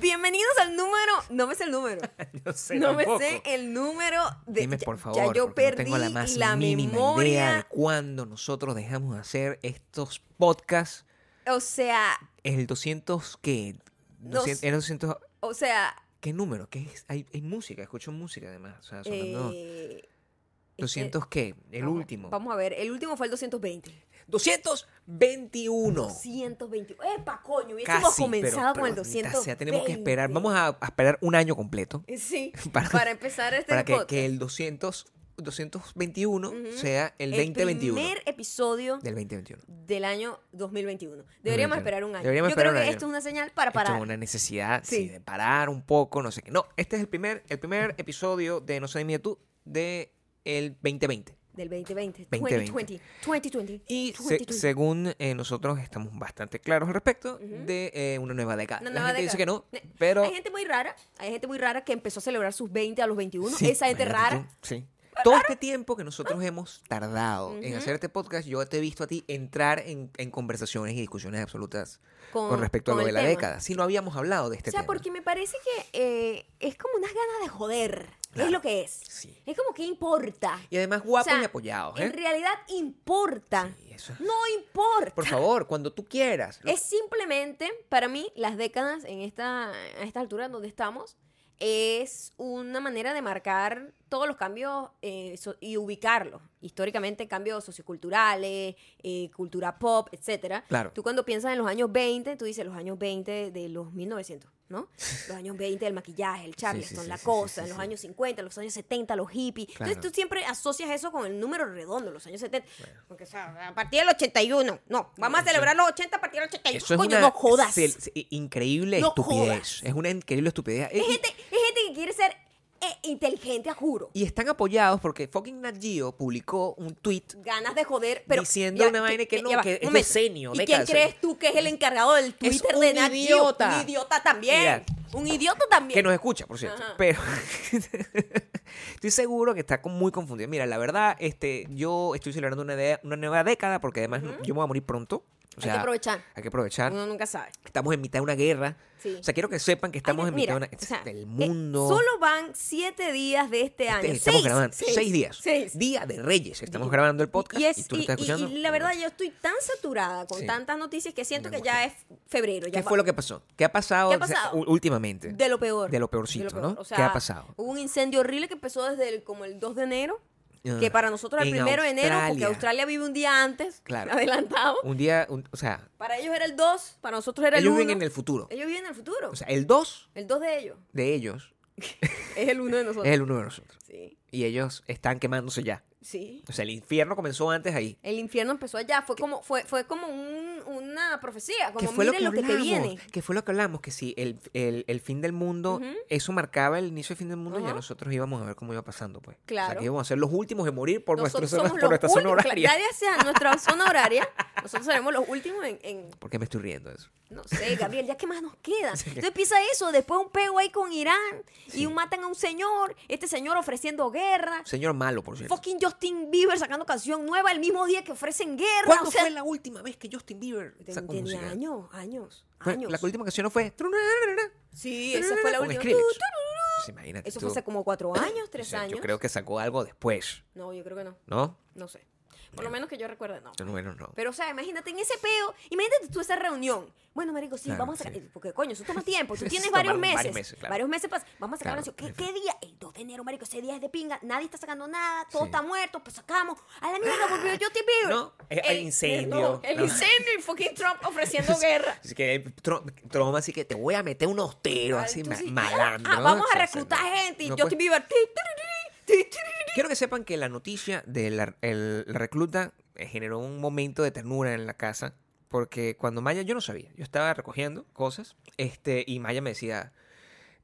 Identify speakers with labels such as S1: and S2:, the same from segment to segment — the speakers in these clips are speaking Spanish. S1: Bienvenidos al número. No me sé el número.
S2: No sé
S1: No me
S2: tampoco.
S1: sé el número de.
S2: Dime
S1: ya-
S2: por favor,
S1: Ya yo
S2: porque no
S1: perdí
S2: tengo la, más
S1: la
S2: mínima idea de
S1: memoria.
S2: cuándo nosotros dejamos de hacer estos podcasts.
S1: O sea,
S2: El 200 que
S1: No sé.
S2: el 200
S1: o sea.
S2: ¿Qué número? ¿Qué es? Hay, hay música, escucho música además, o sea, sonando
S1: eh, este,
S2: 200 qué, el
S1: vamos-
S2: último.
S1: Vamos a ver, el último fue el 220.
S2: 221.
S1: 220. ¡Epa, coño! Hubiésemos
S2: Oh. Casi,
S1: comenzado
S2: pero,
S1: con el
S2: pero, maldita
S1: 220.
S2: sea, tenemos que esperar, vamos a, a esperar un año completo
S1: Eh, Sí,
S2: para-
S1: para, empezar este
S2: para que,
S1: podcast.
S2: que el 200 221
S1: Ujú.
S2: sea el 2021
S1: primer episodio
S2: del 2021.
S1: del año 2021. Deberíamos
S2: 2021.
S1: esperar un año.
S2: Deberíamos
S1: Yo
S2: esperar
S1: creo
S2: un
S1: que
S2: año.
S1: esto es una señal para
S2: Esto
S1: parar.
S2: es una necesidad sí.
S1: Sí.
S2: de parar un poco, no sé qué. No, este es el primer, el primer episodio de No sé ni tú de el 2020.
S1: Del 2020.
S2: 2020.
S1: 2020. 2020.
S2: Y se-
S1: 2020.
S2: según eh, nosotros estamos bastante claros al respecto de eh, una nueva década.
S1: Una
S2: La
S1: nueva
S2: gente dice que
S1: década. Eh,
S2: no, pero...
S1: Hay gente muy rara. Hay gente muy rara que empezó a celebrar sus 20 a los 21.
S2: Sí,
S1: Esa gente
S2: imagínate
S1: rara.
S2: tú, sí. Todo este tiempo que
S1: Ah.
S2: nosotros hemos tardado en hacer este podcast, yo te he visto a ti entrar en, en conversaciones y discusiones absolutas con,
S1: Con-
S2: respecto
S1: con
S2: a lo de
S1: el
S2: la
S1: tema.
S2: década. Si no habíamos hablado de
S1: o
S2: este
S1: sea,
S2: tema.
S1: porque me parece que eh, es como unas ganas de joder.
S2: Claro.
S1: Es lo que es.
S2: Sí.
S1: Es como que importa.
S2: Y además guapos
S1: O sea,
S2: y apoyados. ¿eh?
S1: En realidad importa.
S2: Sí, eso es.
S1: No importa.
S2: Por favor, cuando tú quieras. Lo-
S1: Es simplemente, para mí, las décadas en esta, a esta altura donde estamos, es una manera de marcar todos los cambios eh, so- y ubicarlos. Históricamente, cambios socioculturales, eh, cultura pop, etcétera.
S2: Claro.
S1: Tú cuando piensas en los años 20, tú dices los años 20 de los 1900, ¿no? Los años 20 del maquillaje, el charleston,
S2: sí,
S1: la
S2: sí, sí, sí,
S1: cosa,
S2: sí,
S1: los
S2: sí.
S1: años 50, los años 70, los hippies. Entonces
S2: Claro.
S1: tú siempre asocias eso con el número redondo, los años 70. Porque, o sea, a partir del 81, no, vamos a celebrar los 80 a partir del 81.
S2: Eso es
S1: Coño,
S2: una
S1: no jodas.
S2: se- se- increíble
S1: No
S2: estupidez.
S1: jodas.
S2: Es una increíble estupidez.
S1: Es
S2: Y-
S1: gente, es gente que quiere ser eh, inteligente, a juro.
S2: Y están apoyados porque fucking Nat Geo publicó un tweet.
S1: Ganas de joder, pero.
S2: Diciendo una vaina que no,
S1: ya va,
S2: que
S1: un
S2: es de
S1: momento.
S2: senio,
S1: ¿Y
S2: década
S1: quién
S2: de
S1: crees tú que es el encargado del Twitter
S2: un
S1: de Nat Geo?
S2: idiota.
S1: Un idiota también.
S2: Mira.
S1: un idiota también.
S2: Que nos escucha, por cierto.
S1: Ajá.
S2: Pero estoy seguro que está con- muy confundido. Mira, la verdad, este, yo estoy celebrando una, de- una nueva década porque además yo me voy a morir pronto. O
S1: Hay
S2: sea,
S1: que aprovechar.
S2: Hay que aprovechar.
S1: Uno nunca sabe.
S2: Estamos en mitad de una guerra.
S1: Sí.
S2: O sea, quiero que sepan que estamos
S1: Ay,
S2: en mitad
S1: mira,
S2: de una.
S1: o sea,
S2: del
S1: eh,
S2: mundo.
S1: solo van siete días de este año.
S2: Estamos
S1: seis,
S2: grabando seis, días.
S1: seis.
S2: Día de Reyes. Estamos
S1: Y-
S2: grabando el podcast.
S1: Y, es-
S2: tú lo
S1: y-
S2: estás
S1: y-
S2: escuchando.
S1: y la verdad, yo estoy tan saturada con
S2: Sí.
S1: tantas noticias que siento
S2: Me
S1: que ya es febrero.
S2: ¿Qué
S1: ya va-
S2: fue lo que pasó? ¿Qué ha pasado,
S1: ¿Qué ha pasado?
S2: u- últimamente?
S1: De lo peor.
S2: De lo peorcito,
S1: De lo peor.
S2: ¿no?
S1: O sea,
S2: ¿Qué ha pasado?
S1: Hubo un incendio horrible que empezó desde el- como el 2 de enero, que
S2: Ah,
S1: para nosotros el
S2: en
S1: primero de enero, porque
S2: Australia.
S1: Australia vive un día antes,
S2: Claro.
S1: adelantado.
S2: Un día, un- o sea,
S1: Para ellos era el 2, para nosotros era
S2: ellos
S1: el 1.
S2: viven en el futuro.
S1: Ellos viven en el futuro.
S2: O sea, el 2
S1: el 2 de ellos
S2: de ellos
S1: es el 1 de nosotros.
S2: es el 1 de nosotros.
S1: Sí,
S2: Y ellos están quemándose ya.
S1: sí.
S2: O sea, el infierno comenzó antes ahí.
S1: El infierno empezó allá, fue como fue fue como un- una profecía,
S2: ¿Qué
S1: como
S2: fue lo que
S1: miren lo que, te
S2: hablamos?
S1: viene.
S2: ¿Qué fue lo que hablamos? Que si el, el- el fin del mundo, eso marcaba el inicio del fin del mundo, ya
S1: Ajá.
S2: nosotros íbamos a ver cómo iba pasando, pues. O sea,
S1: Claro.
S2: que íbamos a ser los últimos de morir por, nuestro
S1: Nosotros
S2: zona,
S1: somos
S2: por
S1: los
S2: nuestra zona
S1: últimos, claro,
S2: horaria.
S1: Nadie sea nuestra zona horaria. Nosotros seremos los últimos en, en-
S2: ¿Por qué me estoy riendo de eso?
S1: no sé, Gabriel, ya qué más nos queda. Entonces empieza eso, después un pego ahí con Irán y un matan a un señor, este señor ofreciendo guerra,
S2: Señor malo, por cierto.
S1: fucking Justin Bieber sacando canción nueva el mismo día que ofrecen guerra,
S2: ¿Cuándo
S1: o sea,
S2: fue la última vez que Justin Bieber sacó
S1: tenía
S2: música?
S1: años, años,
S2: Fue-
S1: años.
S2: La última canción no fue.
S1: Sí, esa fue la
S2: Con
S1: última.
S2: Skrillex.
S1: Tu, tu, tu,
S2: Sí, imagínate
S1: Eso
S2: tú.
S1: fue hace como cuatro años,
S2: O
S1: tres
S2: sea,
S1: años.
S2: Yo creo que sacó algo después,
S1: No, yo creo que no.
S2: ¿no?
S1: No sé. Por lo menos que yo recuerde, no.
S2: Bueno, no.
S1: Pero, o sea, imagínate en ese peo, imagínate tú esa reunión. Bueno, marico, sí,
S2: Claro,
S1: vamos a sacar.
S2: sí.
S1: Porque, coño, eso toma tiempo. Tú
S2: Eso
S1: tienes
S2: toma
S1: varios
S2: varios
S1: meses.
S2: meses, claro.
S1: Varios meses pas- Vamos a sacar una
S2: Claro,
S1: canción. ¿Qué, qué día? El 2 de enero, marico. Ese día es de pinga. Nadie está sacando nada. Todo
S2: Sí.
S1: está muerto. Pues sacamos. A la mierda volvió yo te pido.
S2: No, es- hay incendio.
S1: el
S2: No.
S1: incendio y fucking Trump ofreciendo guerra.
S2: Así que Trump, Trump, así que te voy a meter unos tiros
S1: Ay,
S2: así
S1: tú
S2: ma-
S1: sí.
S2: malandro.
S1: Ah, vamos
S2: O
S1: a
S2: sea,
S1: reclutar
S2: no-
S1: gente. Y
S2: no pues
S1: yo
S2: puedes-
S1: te pido.
S2: Quiero que sepan que la noticia de la, el- la recluta eh, generó un momento de ternura en la casa. Porque cuando Maya, yo no sabía, yo estaba recogiendo cosas, este, y Maya me decía,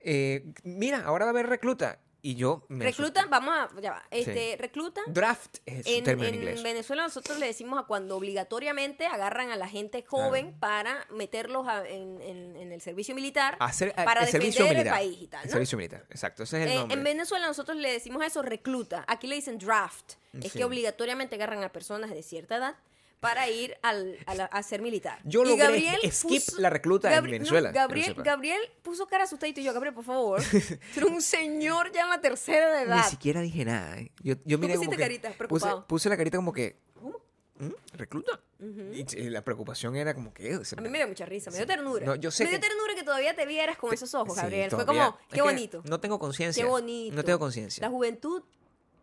S2: eh, mira, ahora va a haber recluta. Y yo me
S1: Reclutan, vamos a. Ya va. Este,
S2: Sí.
S1: reclutan.
S2: asusté. Draft es un
S1: En,
S2: término
S1: en
S2: en inglés.
S1: Venezuela nosotros le decimos a cuando obligatoriamente agarran a la gente joven para meterlos a- en, en- en el servicio militar
S2: Hacer, eh,
S1: para
S2: el
S1: defender
S2: servicio militar.
S1: el país y tal,
S2: El
S1: ¿no?
S2: servicio militar, exacto. Ese es el
S1: Eh,
S2: nombre.
S1: en Venezuela nosotros le decimos a eso recluta. Aquí le dicen draft. Es
S2: Sí.
S1: que obligatoriamente agarran a personas de cierta edad para ir al, a, la- a ser militar.
S2: Yo
S1: Y
S2: logré skip la recluta en
S1: Gabri-
S2: Venezuela,
S1: no,
S2: que lo
S1: Gabriel,
S2: sepa.
S1: Gabriel puso cara asustadito y yo, Gabriel, por favor. Tú eres un señor ya en la tercera de
S2: Ni
S1: edad.
S2: siquiera dije nada. ¿eh? Yo, yo
S1: Tú
S2: miré como
S1: pusiste
S2: que
S1: carita,
S2: puse,
S1: preocupado.
S2: puse la carita como que. ¿Mm? ¿Recluta? Y- y, la preocupación era como que. eh,
S1: A mí me dio mucha risa, me dio
S2: Sí.
S1: ternura.
S2: No, yo sé
S1: me dio
S2: que-
S1: ternura que todavía te vieras con esos ojos,
S2: Sí,
S1: Gabriel. Fue
S2: todavía.
S1: como,
S2: Es
S1: qué
S2: que
S1: bonito.
S2: No tengo conciencia.
S1: Qué bonito.
S2: No tengo conciencia.
S1: La juventud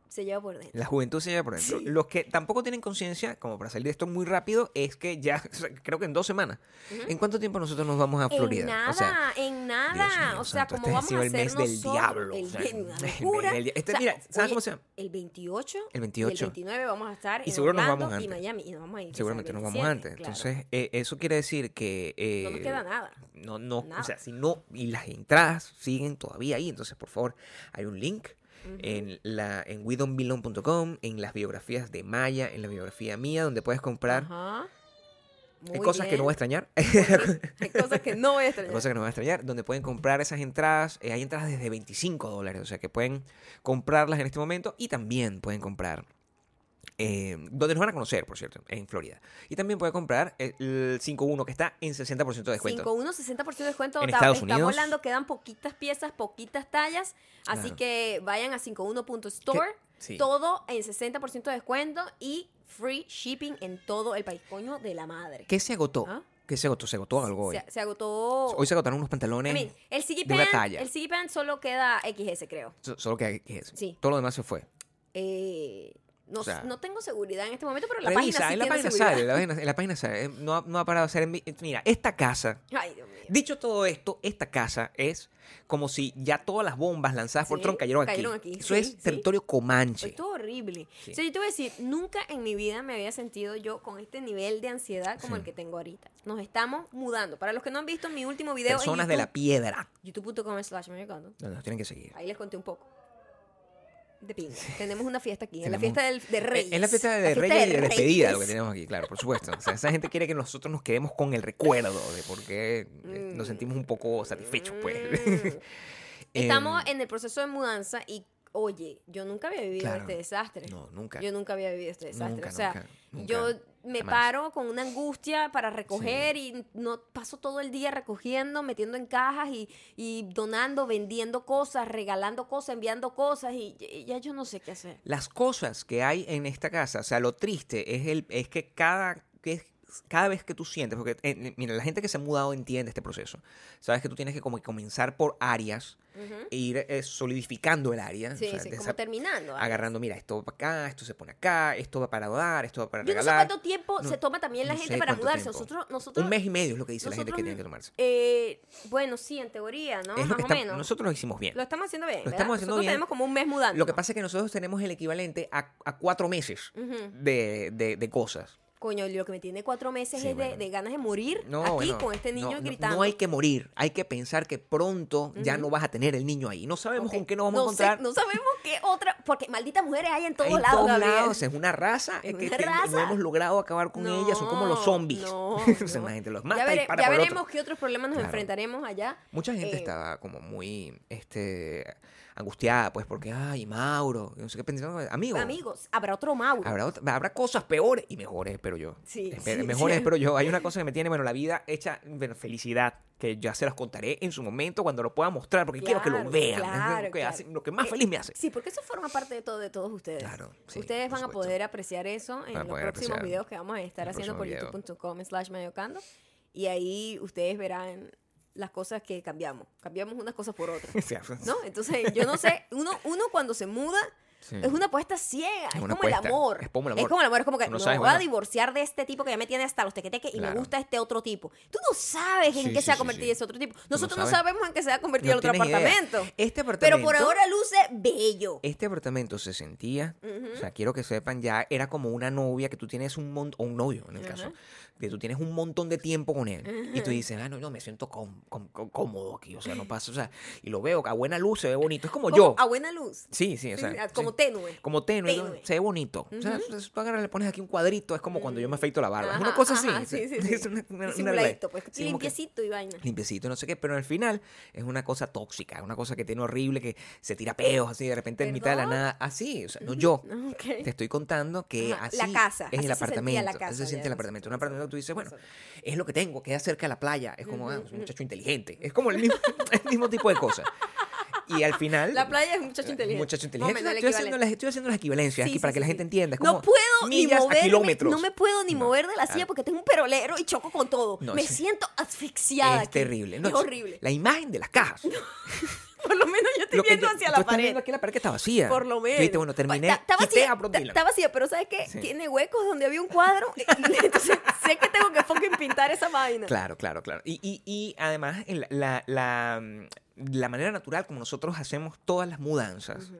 S1: se lleva por dentro.
S2: La juventud se lleva por dentro.
S1: Sí.
S2: Los que tampoco tienen conciencia, como para salir de esto muy rápido, es que ya, o sea, creo que en dos semanas. ¿En cuánto tiempo nosotros nos vamos a Florida?
S1: En nada,
S2: O sea,
S1: en nada.
S2: Dios mío
S1: o sea,
S2: santo,
S1: como
S2: este ha
S1: vamos
S2: sido
S1: a
S2: el
S1: hacer
S2: mes del
S1: nosotros-
S2: diablo,
S1: El,
S2: o sea,
S1: día-
S2: el
S1: una
S2: mes
S1: locura.
S2: del dia-
S1: O
S2: Este,
S1: sea,
S2: mira, ¿sabes cómo
S1: oye,
S2: se llama?
S1: El 28. y
S2: 28.
S1: el 29 vamos a estar
S2: Y
S1: en
S2: seguro nos
S1: Orlando
S2: vamos
S1: y
S2: antes.
S1: Miami. Y nos vamos a ir. o sea,
S2: seguramente
S1: el
S2: nos vamos
S1: 27,
S2: antes.
S1: claro.
S2: Entonces, eh, eso quiere decir que...
S1: No nos
S2: eh,
S1: queda nada.
S2: No, no,
S1: Nada.
S2: o sea, si no, y las entradas siguen todavía ahí, entonces por favor, hay un link en la en wedonbelong.com, en las biografías de Maya, en la biografía mía, donde puedes comprar
S1: Ajá.
S2: Hay
S1: Muy
S2: cosas que no voy a
S1: bien.
S2: extrañar,
S1: Hay cosas que no voy a
S2: hay
S1: extrañar.
S2: cosas que no voy a extrañar, donde pueden comprar esas entradas, eh, hay entradas desde 25 dólares, o sea que pueden comprarlas en este momento y también pueden comprar... eh, donde nos van a conocer, por cierto, en Florida. Y también pueden comprar el 5.1 que está en 60% de descuento.
S1: 5.1, 60% de descuento.
S2: En
S1: Ta-
S2: Estados
S1: Estamos
S2: Unidos.
S1: hablando, quedan poquitas piezas, poquitas tallas. Así
S2: Claro.
S1: que vayan a 51.store.
S2: Que- sí.
S1: Todo en 60% de descuento y free shipping en todo el país. Coño de la madre.
S2: ¿Qué se agotó?
S1: ¿Ah?
S2: ¿Qué se agotó? Se agotó algo hoy.
S1: Se, se agotó.
S2: Hoy se agotaron unos pantalones.
S1: I mean, el CG
S2: de una
S1: Pant,
S2: talla.
S1: el CG Pant solo queda XS, creo.
S2: So- Solo que, que es-
S1: Sí.
S2: todo lo demás se fue.
S1: Eh, no,
S2: O sea,
S1: no tengo seguridad en este momento, pero la
S2: Revisa,
S1: página sí
S2: en la
S1: tiene
S2: página
S1: seguridad.
S2: sale, la página- en la página sale. Eh, No ha, no ha parado de hacer envi- Mira, esta casa,
S1: Ay, Dios mío.
S2: dicho todo esto, esta casa es como si ya todas las bombas lanzadas por
S1: Sí,
S2: Trump cayeron,
S1: cayeron
S2: aquí.
S1: aquí,
S2: Eso
S1: sí,
S2: es
S1: sí. Pues
S2: territorio comanche.
S1: Estuvo horrible.
S2: Sí.
S1: O sea, yo te voy a decir, nunca en mi vida me había sentido yo con este nivel de ansiedad como
S2: Sí.
S1: el que tengo ahorita. Nos estamos mudando. Para los que no han visto mi último video
S2: Personas de
S1: en
S2: la piedra.
S1: YouTube, youtube.com slash Mayorcando,
S2: No, Nos tienen que seguir.
S1: ahí les conté un poco. De pinga. Tenemos una fiesta aquí, en la
S2: Tenemos-
S1: fiesta del, de Reyes.
S2: Es Eh, la fiesta de
S1: La
S2: Reyes y de
S1: Reyes.
S2: despedida, lo que tenemos aquí, claro, por supuesto. O sea, esa gente quiere que nosotros nos quedemos con el recuerdo de por qué eh, nos sentimos un poco satisfechos, pues.
S1: Mm.
S2: Em,
S1: Estamos en el proceso de mudanza y, oye, yo nunca había vivido
S2: Claro.
S1: este desastre.
S2: No, nunca.
S1: Yo nunca había vivido este desastre.
S2: Nunca,
S1: o sea,
S2: nunca, nunca.
S1: yo me
S2: Jamás.
S1: paro con una angustia para recoger y no paso todo el día recogiendo, metiendo en cajas y, y donando, vendiendo cosas, regalando cosas, enviando cosas y, y ya yo no sé qué hacer.
S2: Las cosas que hay en esta casa, o sea, lo triste es, el, es que cada... que es- cada vez que tú sientes, porque eh, mira, la gente que se ha mudado entiende este proceso. Sabes que tú tienes que como que comenzar por áreas, e ir eh, solidificando el área.
S1: Sí,
S2: o sea,
S1: sí,
S2: de
S1: como
S2: esa-
S1: terminando. ¿ah? ¿vale?
S2: agarrando, mira, esto va para acá, esto se pone acá, esto va para dar, esto va para
S1: Yo no sé
S2: regalar.
S1: cuánto tiempo
S2: No,
S1: se toma también la
S2: no
S1: gente
S2: sé
S1: para
S2: cuánto
S1: mudarse.
S2: tiempo.
S1: Nosotros, nosotros,
S2: Un mes y medio es lo que dice la gente que
S1: nosotros,
S2: tiene que tomarse.
S1: eh, bueno, sí, en teoría, ¿no?
S2: Es
S1: Más
S2: lo que
S1: o
S2: está-
S1: menos.
S2: Nosotros lo hicimos bien.
S1: Lo estamos haciendo bien.
S2: Lo
S1: ¿verdad?
S2: estamos haciendo
S1: Nosotros
S2: bien.
S1: tenemos como un mes mudando.
S2: Lo que pasa es que nosotros tenemos el equivalente a, a cuatro meses de, de- de cosas.
S1: Coño, lo que me tiene cuatro meses
S2: Sí,
S1: es de-
S2: bueno.
S1: de, ganas de morir
S2: No,
S1: aquí
S2: bueno,
S1: con este niño
S2: no, no-
S1: gritando.
S2: No hay que morir, hay que pensar que pronto ya no vas a tener el niño ahí. No sabemos
S1: Ok.
S2: con qué nos vamos
S1: no
S2: a encontrar.
S1: Sé, no sabemos qué otra, porque malditas mujeres hay en todos
S2: Hay en
S1: lados,
S2: todos
S1: Gabriel.
S2: lados, es una raza
S1: Es
S2: eh, que,
S1: una
S2: que no
S1: raza.
S2: hemos logrado acabar con ella, son como los
S1: No,
S2: zombies.
S1: no,
S2: O sea,
S1: no.
S2: la gente los
S1: ya
S2: mata
S1: vere-
S2: y para
S1: ya
S2: por el otro.
S1: veremos qué otros problemas nos
S2: Claro.
S1: enfrentaremos allá.
S2: Mucha gente
S1: Eh,
S2: estaba como muy este, angustiada, pues, porque, ay, Mauro, no sé qué pensando, amigo.
S1: Amigos, habrá otro Mauro.
S2: Habrá, ot- habrá cosas peores y mejores, espero yo.
S1: Sí,
S2: Espe-
S1: sí,
S2: mejores,
S1: sí.
S2: espero yo. Hay una cosa que me tiene, bueno, la vida hecha, bueno, felicidad, que ya se las contaré en su momento cuando lo pueda mostrar, porque quiero que lo
S1: Claro,
S2: vean. es
S1: claro,
S2: lo, que
S1: claro.
S2: hace- lo que más
S1: Eh,
S2: feliz me hace.
S1: Sí, porque eso forma parte de todo de todos ustedes.
S2: Claro, sí,
S1: ustedes
S2: por
S1: van a
S2: supuesto.
S1: poder apreciar eso en
S2: Van a
S1: los
S2: poder
S1: próximos
S2: apreciar
S1: videos que vamos a estar
S2: el
S1: haciendo por
S2: próximo video.
S1: youtube.com slash mayocando. Y ahí ustedes verán las cosas que cambiamos. Cambiamos unas cosas por otras.
S2: O sea,
S1: ¿No? Entonces, yo no sé, uno, uno cuando se muda
S2: Sí.
S1: es una apuesta ciega, es,
S2: Mm. una
S1: como el
S2: apuesta,
S1: amor.
S2: es como el amor.
S1: es como que
S2: Tú no
S1: no,
S2: sabes,
S1: voy a
S2: bueno.
S1: divorciar de este tipo que ya me tiene hasta los tequeteques y me
S2: Claro.
S1: gusta este otro tipo. Tú no sabes en
S2: Sí,
S1: qué
S2: sí,
S1: se va a
S2: sí,
S1: convertir
S2: sí.
S1: ese otro tipo. Nosotros no,
S2: sabes.
S1: sabemos en qué se va a convertir
S2: No
S1: el otro
S2: tienes idea.
S1: apartamento.
S2: Este
S1: Pero por
S2: apartamento-
S1: ahora luce bello.
S2: Este apartamento se sentía, o sea, quiero que sepan ya, era como una novia que tú tienes un montón, o un novio en el caso, que tú tienes un montón de tiempo con él y tú dices, ah, no, no, me siento com- com- com- cómodo aquí, o sea, no pasa, o sea, y lo veo, a buena luz se ve bonito, es como yo.
S1: A buena luz.
S2: Sí, sí, o
S1: Sí,
S2: sea,
S1: sí, como
S2: sí.
S1: tenue.
S2: Como tenue,
S1: Tenue.
S2: ¿no? se ve bonito. O sea, si tú agarras, le pones aquí un cuadrito, es como cuando yo me afeito la barba. es una
S1: Ajá,
S2: cosa así.
S1: ajá,
S2: o sea,
S1: sí, sí, sí.
S2: Es una, una-
S1: Es
S2: una
S1: un
S2: ley.
S1: ladito, pues,
S2: Sí, como que-
S1: limpiecito y vaina.
S2: limpiecito, no sé qué, pero al final es una cosa tóxica, una cosa que tiene horrible, que se tira peos así de repente en mitad de la
S1: ¿Perdón?
S2: nada, así, o sea, no yo.
S1: Ok.
S2: Te estoy contando que
S1: Ajá,
S2: así
S1: la casa,
S2: es
S1: así
S2: el
S1: se sentía la
S2: apartamento.
S1: casa,
S2: así se siente
S1: ya, no
S2: el
S1: sé,
S2: apartamento. Un
S1: no sé,
S2: apartamento que tú dices, bueno,
S1: nosotros.
S2: es lo que tengo, queda cerca de la playa. Es como, ah, es un muchacho inteligente. Es como el mismo, el mismo tipo de cosas. Y al final.
S1: La playa es un muchacho inteligente.
S2: Eh, Muchacho
S1: Más o
S2: inteligente.
S1: menos el
S2: estoy, haciendo
S1: equivalente.
S2: las, estoy haciendo las equivalencias
S1: Sí,
S2: aquí
S1: sí,
S2: para
S1: sí,
S2: que la
S1: sí.
S2: gente entienda. Es
S1: no
S2: como
S1: puedo ni
S2: millas
S1: moverme,
S2: a kilómetros.
S1: No me puedo ni
S2: No,
S1: mover de la
S2: claro.
S1: silla porque tengo un perolero y choco con todo.
S2: No,
S1: me
S2: sí.
S1: siento asfixiada.
S2: Es
S1: aquí.
S2: terrible. No,
S1: es horrible.
S2: La imagen de las cajas.
S1: Por lo menos yo estoy
S2: Lo que
S1: viendo
S2: yo-
S1: hacia
S2: tú
S1: la
S2: estás
S1: pared.
S2: viendo aquí la pared que está vacía.
S1: Por lo
S2: Tú
S1: menos.
S2: dijiste, bueno, terminé.
S1: Ta- Estaba
S2: quité
S1: vacía,
S2: a Bob
S1: ta-
S2: Dylan.
S1: estaba vacía, pero ¿sabes qué?
S2: Sí.
S1: Tiene huecos donde había un cuadro. Entonces sé que tengo que fucking pintar esa vaina.
S2: Claro, claro, claro. Y, y, y además, el- la, la, mm, la manera natural como nosotros hacemos todas las mudanzas.